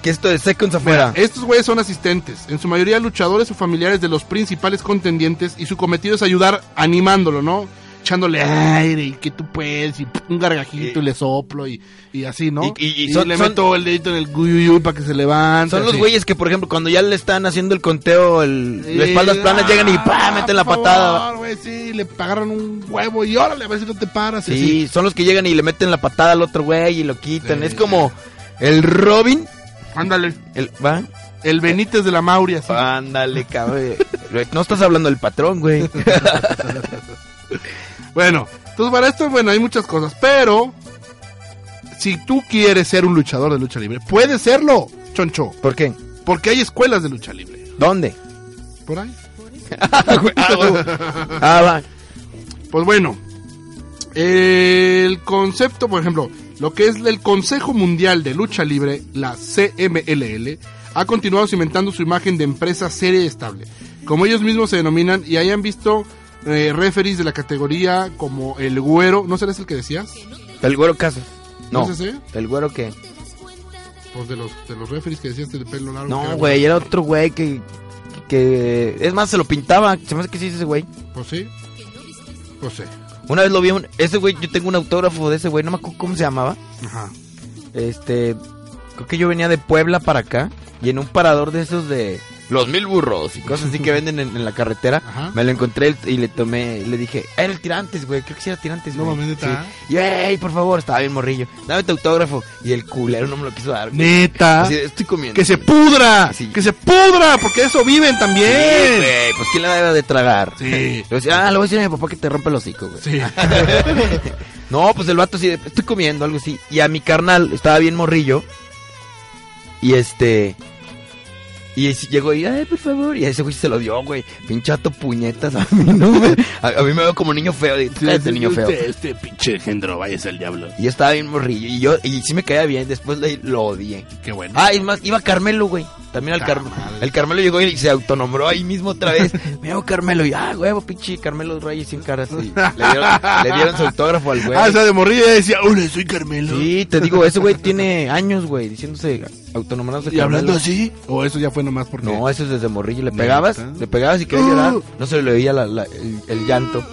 ¿Qué esto de Seconds afuera?
Mira, estos güeyes son asistentes, en su mayoría luchadores o familiares de los principales contendientes y su cometido es ayudar animándolo, ¿no? Echándole aire y que tú puedes y pum, un gargajito y, le soplo y, y así, ¿no?
Y- y- y son-
le
son-
meto el dedito en el guyuyuy para que se levante.
Son los
así.
güeyes que, por ejemplo, cuando ya le están haciendo el conteo, el,
Sí.
la espaldas planas,
Ah,
llegan y ¡pam! meten la
por
patada.
favor, güey, sí, le agarran un huevo y órale, a ver si no te paras. y
Sí,
así.
son los que llegan y le meten la patada al otro güey y lo quitan.
Sí.
Es como el Robin.
Ándale.
El, ¿va?
El Benítez de la Mauria,
Ah.
sí.
Ándale, cabrón. no estás hablando del patrón, güey.
Bueno, entonces para esto, bueno, hay muchas cosas, pero si tú quieres ser un luchador de lucha libre, puedes serlo, choncho.
¿Por qué?
Porque hay escuelas de lucha libre.
¿Dónde?
por ahí.
Ah, huevo. Ah, va.
Pues bueno, el concepto, por ejemplo, lo que es el Consejo Mundial de Lucha Libre, la CMLL, ha continuado cimentando su imagen de empresa seria y estable, como ellos mismos se denominan y hayan visto eh, referees de la categoría como el güero, ¿no será ese el que decías?
El güero caso.
No.
No.
¿Es ese?
¿El güero qué?
Pues de los, de los referees que decías del pelo largo. que era
No, güey, era otro güey que, que... Es más, se lo pintaba. Se me hace que sí es ese güey.
güero. Pues sí. Pues sí.
Una vez lo vi, un- ese güey, yo tengo un autógrafo de ese güey, no me acuerdo cómo se llamaba.
Ajá.
Este, creo que yo venía de Puebla para acá y en un parador de esos de los mil burros y cosas así que venden en, en la carretera, me lo encontré y le tomé, le dije, "Ah, era el tirantes, güey, creo que sí era tirantes.
No
güey.
mames, ¿neta?
Sí. Y, "Ey, por favor, estaba bien morrillo, dame tu autógrafo. Y el culero no me lo quiso dar. güey.
Neta.
Así de, estoy comiendo.
Que se
güey".
pudra. Que se pudra, porque de eso viven también.
Sí, güey, pues quién la debe de tragar.
Sí.
Le decía, ah, le voy a decir a mi papá que te rompe el hocico, güey.
Sí.
no, pues el vato sí, estoy comiendo, algo así. Y a mi carnal, estaba bien morrillo. Y este. Y es- llegó y, ay, por favor. Y a ese güey se lo dio, güey. Pinchato puñetas. A mí, no me, a, a mí me veo como niño feo. digo, "Cállate, niño feo.
Este pinche género, váyase al diablo.
Y yo estaba bien morrillo. Y yo, y sí me caía bien. Después le- lo odié.
Qué bueno.
Ah, es más, iba Carmelo, güey. También al Carmelo. El Carmelo llegó y se autonombró ahí mismo otra vez. Me llamo Carmelo. Y ah, huevo, pinche Carmelo Reyes sin caras. Y le, dieron, le dieron su autógrafo al güey.
Ah, o sea, de morrillo ya decía, hola, soy Carmelo.
Sí, te digo, ese güey tiene años, güey, diciéndose autonombrándose
¿Y hablando
Carmelo.
así? ¿O eso ya fue nomás porque.?
No, eso es desde morrillo. Le pegabas,
¿Neta?
le pegabas y quería
Uh.
llorar. No se le oía la- la- el, el llanto.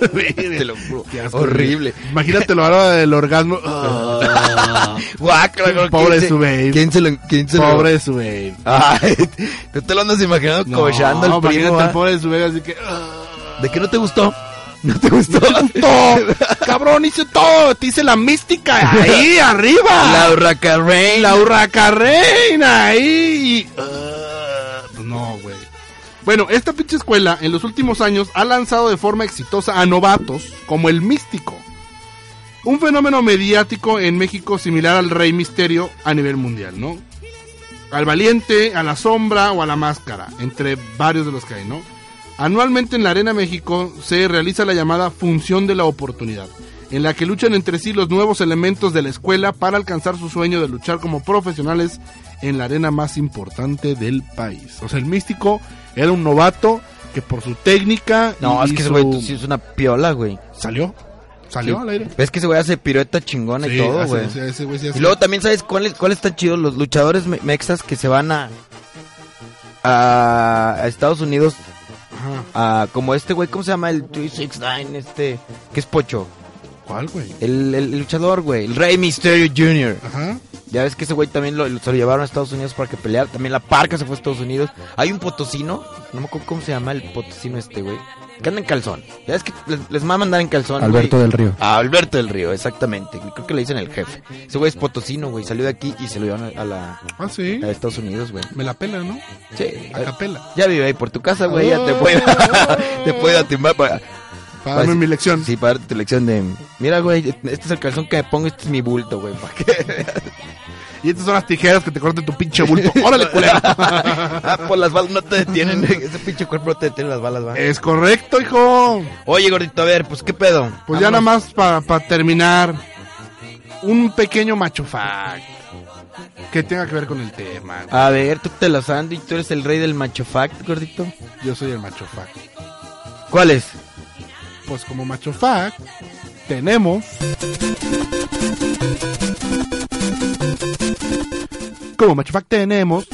Te lo juro. Horrible.
Imagínate lo ahora del orgasmo.
Ah. Guácala, güey,
Pobre de
¿quién se-
su babe.
¿Quién se lo.? Quién se
Pobre
lo...
de su babe.
Ay, tú te lo andas imaginando
No,
cochando al
imagínate
primo.
al
¿ah?
pobre de su babe, así que. ah,
¿De qué no te gustó?
¡Todo! ¡Cabrón, hice todo! ¡Te hice la mística! ¡Ahí, arriba!
La hurracarrey.
¡La hurracarreina! ¡Ahí! Y, ah, pues no, güey. Bueno, esta pinche escuela en los últimos años ha lanzado de forma exitosa a novatos como el místico. Un fenómeno mediático en México similar al Rey Misterio a nivel mundial, ¿no? Al valiente, a la sombra o a la máscara, entre varios de los que hay, ¿no? Anualmente en la Arena México se realiza la llamada Función de la Oportunidad, en la que luchan entre sí los nuevos elementos de la escuela para alcanzar su sueño de luchar como profesionales en la arena más importante del país. O sea, el místico era un novato que por su técnica...
No,
y-
es
y
que ese
su-
güey tú sí es una piola, güey.
¿Salió? ¿Salió al aire?
Es que ese güey hace pirueta chingona
Sí,
y todo,
hace-
güey.
ese- ese güey sí hace-
y luego también, ¿sabes cuáles cuáles están chidos? Los luchadores me- mexas que se van a. a, a Estados Unidos. A, como este güey, ¿cómo se llama? El 369, este. que es Pocho?
¿Cuál, güey?
El, el- el luchador, güey. El Rey Mysterio Jr.
Ajá.
Ya ves que ese güey también lo, lo- se lo llevaron a Estados Unidos para que peleara. También la parca se fue a Estados Unidos. Hay un potosino. No me acuerdo cómo se llama el potosino este, güey. Que anda en calzón. Ya ves que les, les mama andar en calzón.
Alberto
güey.
del Río.
A Alberto del Río, exactamente. Creo que le dicen el jefe. Ese güey es potosino, güey. Salió de aquí y se lo llevaron a, a la.
Ah, sí.
A Estados Unidos, güey.
Me la pela, ¿no?
Pues, Sí.
A capela.
Ya vive ahí por tu casa, güey. Ya te puede. te puede atimbar para.
Para darme mi
lección. Sí, para darte tu lección de. Mira, güey, este es el calzón que me pongo, este es mi bulto, güey. ¿Para qué?
Y estas son las tijeras que te corten tu pinche bulto. ¡Órale, culero!
ah, pues las balas no te detienen. Ese pinche cuerpo no te detiene las balas, va.
Es correcto, hijo.
Oye, gordito, a ver, pues qué pedo.
Pues ya nada más para terminar, un pequeño macho fact que tenga que ver con el tema.
A ver, tú te la ando y tú eres el rey del macho fact, gordito.
Yo soy el macho fact.
¿Cuál es?
Pues como macho fact, tenemos... Como macho fact tenemos...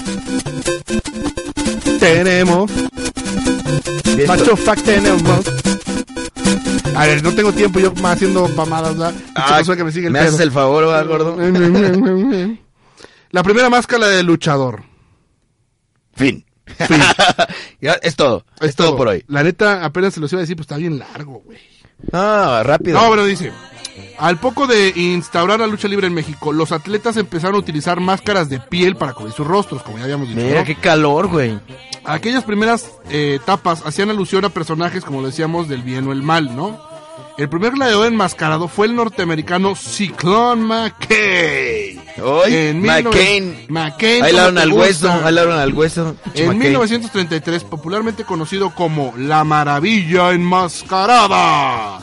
Tenemos... Macho fact tenemos... A ver, no tengo tiempo yo más haciendo mamadas, ¿verdad?
Ah,
Chico, que me sigue el
¿me
pedo. Eh,
haces el favor, va, gordo?
La primera máscara de luchador.
Fin. Ya, es todo. Es, todo. por hoy.
La neta, apenas se los iba a decir, pues está bien largo, güey.
Ah, rápido.
No, pero dice, al poco de instaurar la lucha libre en México, los atletas empezaron a utilizar máscaras de piel para cubrir sus rostros, como ya habíamos dicho.
Mira,
¿no?
qué calor, güey.
Aquellas primeras eh, tapas hacían alusión a personajes, como lo decíamos, del bien o el mal, ¿no? El primer gladiador enmascarado fue el norteamericano Cyclone McKay,
Hoy, McCain. Bailaron al hueso, bailaron al hueso.
En
Chimaquén.
1933, popularmente conocido como La Maravilla Enmascarada.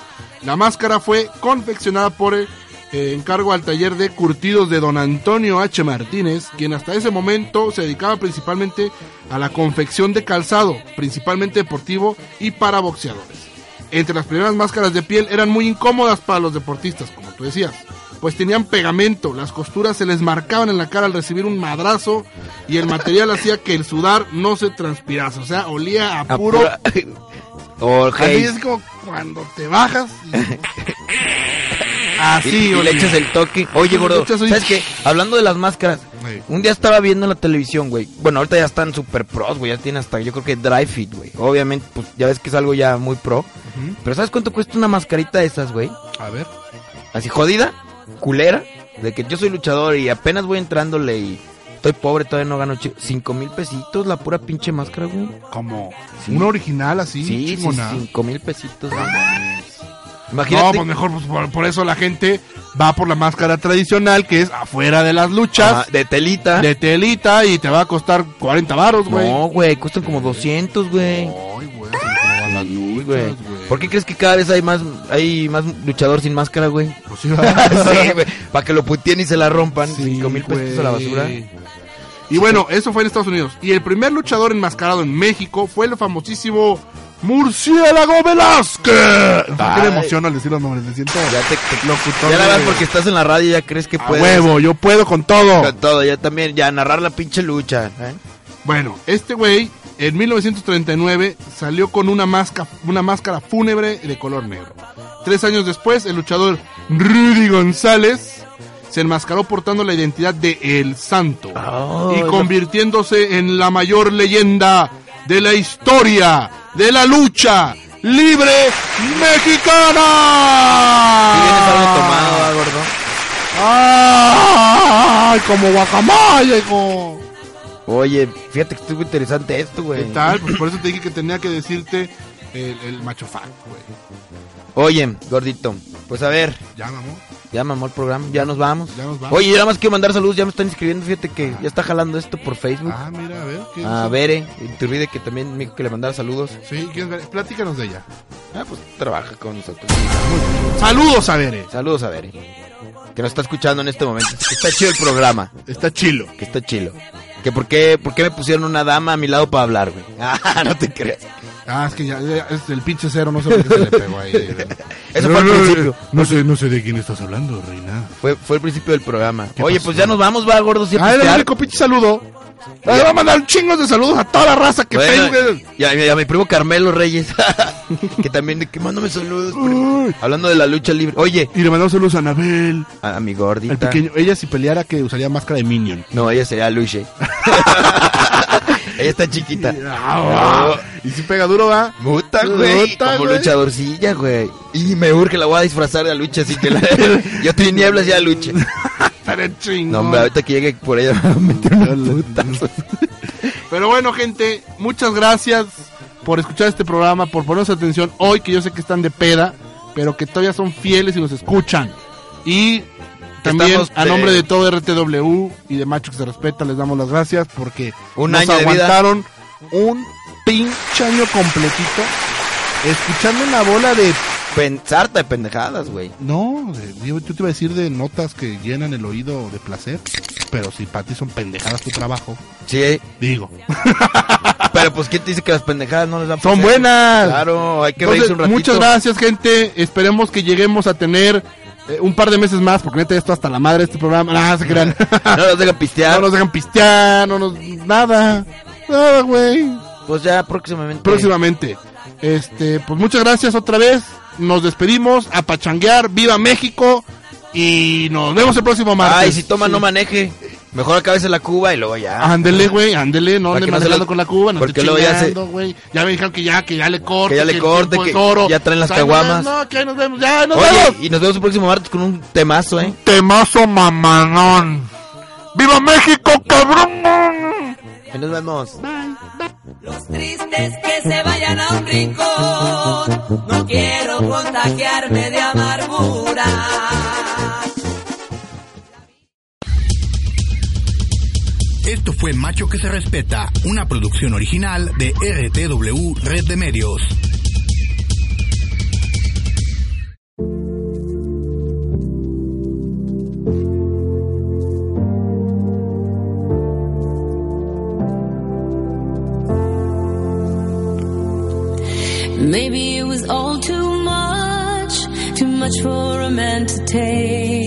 La máscara fue confeccionada por eh, encargo al taller de curtidos de don Antonio H. Martínez, quien hasta ese momento se dedicaba principalmente a la confección de calzado, principalmente deportivo y para boxeadores. Entre las primeras máscaras de piel eran muy incómodas para los deportistas, como tú decías, pues tenían pegamento, las costuras se les marcaban en la cara al recibir un madrazo y el material hacía que el sudar no se transpirase, o sea, olía a
A
puro...
pura-
Así
Jorge.
es como cuando te bajas. y- Así,
y, y le
olía.
echas el toque. Oye,
Le
gordo,
echas un-
¿sabes qué? Hablando de las máscaras,
Sí.
un día estaba viendo en la televisión, güey. Bueno, ahorita ya están super pros, güey. Ya tienen hasta, yo creo que dry fit, güey. Obviamente, pues ya ves que es algo ya muy pro.
Ujú.
Pero ¿sabes cuánto cuesta una mascarita de esas, güey?
A ver.
Así jodida, culera, de que yo soy luchador y apenas voy entrándole y estoy pobre, todavía no gano chi- cinco mil pesitos la pura pinche máscara, güey.
¿Cómo?
Sí.
Una original así,
Sí, sí,
chingona.
cinco mil pesitos. no mames.
No,
Imagínate.
pues mejor, pues, por, por eso la gente va por la máscara tradicional, que es afuera de las luchas.
Ajá, de telita.
De telita y te va a costar 40 varos, güey.
No, güey, cuestan como 200, güey. Sí, güey. ¿Por qué crees que cada vez hay más hay más luchador sin máscara, güey?
Pues sí,
güey. Para que lo putien y se la rompan. Cinco mil pesitos a la
güey.
basura.
Y bueno, eso fue en Estados Unidos. Y el primer luchador enmascarado en México fue el famosísimo Murciélago Velázquez. ¿Por qué me
Ay.
emociono al decir los nombres? Me siento
Ya te,
locutor.
ya la
de-
verdad, porque estás en la radio ya crees que
A
puedes.
huevo, yo puedo con todo.
Con todo, ya también, ya narrar la pinche lucha. ¿eh?
Bueno, este güey en 1939 salió con una máscara, una máscara fúnebre de color negro. Tres años después, el luchador Rudy González se enmascaró portando la identidad de El Santo y convirtiéndose en la mayor leyenda de la historia de la lucha libre mexicana.
Tomado, ah, gordo.
¡Ay, como guacamaya, hijo!
Oye, fíjate que estuvo interesante esto, güey.
¿Qué tal? Pues por eso te dije que tenía que decirte el, el macho fan, güey.
Oye, gordito, pues a ver.
Ya, mamón.
Ya mamó el programa, ya nos vamos.
Ya nos vamos.
Oye, yo nada más quiero mandar saludos, ya me están escribiendo, fíjate que ya está jalando esto por Facebook.
Ah, mira, a ver. ¿quién
A
son?
ver, eh, Iturbide que también me dijo que le mandara saludos.
Sí, ¿quién es? Platícanos de ella.
Ah, pues trabaja con nosotros.
Saludos a Bere.
Saludos a Bere. Que nos está escuchando en este momento. Que está chido el programa.
Está chilo.
Que está chilo. Que por qué, por qué me pusieron una dama a mi lado para hablar, güey. Ah, no te creas.
Ah, es que ya, ya, es el pinche cero, no sé por qué se le pegó ahí.
Eso fue al principio.
No sé, no sé de quién estás hablando, reina.
Fue, fue el principio del programa. Oye, pues ya nos vamos, va, gordo. siempre
Ah, era el
pistear.
único pinche saludo. Le va a mandar un chingo de saludos a toda la raza que
Bueno,
tenga.
y a, y a mi primo Carmelo Reyes. que también, de que mándame saludos. primo. Hablando de la lucha libre. Oye,
Y le mandamos saludos a Anabel.
a, a mi gordita.
El pequeño. Ella si peleara que usaría máscara de Minion.
No, ella sería Luche. ella está chiquita.
Ah, Y si pega duro, va.
Puta, güey.
Puta,
Como
güey.
luchadorcilla, güey. Y me urge, la voy a disfrazar de Aluche, así que la... yo te nieblas ya Aluche.
Estaré chingón.
No, hombre, ahorita que llegue por ella me va a meter un putazo.
Pero bueno, gente, muchas gracias por escuchar este programa, por ponernos atención hoy, que yo sé que están de peda, pero que todavía son fieles y nos escuchan. Y también
Estamos,
a nombre
eh,
de todo RTW y de Macho que se respeta, les damos las gracias porque
Un
nos
año de vida.
aguantaron un pinche año completito escuchando una bola de
Pensarte de pendejadas, güey.
no, de- yo, yo te iba a decir de notas que llenan el oído de placer, pero si para ti son pendejadas tu trabajo,
Sí,
digo.
pero pues ¿quién te dice que las pendejadas no les dan
Son
placer?
buenas.
Claro, hay que
Entonces,
reírse un ratito.
Muchas gracias, gente. Esperemos que lleguemos a tener eh, un par de meses más, porque neta, esto hasta la madre este programa. Nah, se crean.
No nos dejan pistear.
no nos dejan pistear, no nos. Nada. Nada, güey.
Pues ya próximamente.
Próximamente. Este, pues muchas gracias otra vez. Nos despedimos. A pachanguear. Viva México. Y nos vemos el próximo martes.
Ay, si toma,
Sí.
no maneje. Mejor acabes en la Cuba y luego ya.
Ándele, güey, ándele, no
Para
ande
que no se
manejando
lo-
con la Cuba, no
porque
esté
luego ya se-
chingando, güey. Ya me dijeron que ya, que ya le corte,
Que ya le
el
corte,
tiempo es
que
oro.
ya traen las
Ay, no,
caguamas.
No, que ahí nos vemos, ya nos vemos.
Oye, y nos vemos el próximo martes con un temazo, ¿eh?
Temazo mamanón. ¡Viva México, cabrón!
Ahí nos vemos.
tristes que se vayan a un rincón. No quiero contagiarme de amargura.
fue Macho que se respeta, una producción original de RTW Red de Medios.
Maybe it was all too much, too much for a man to take.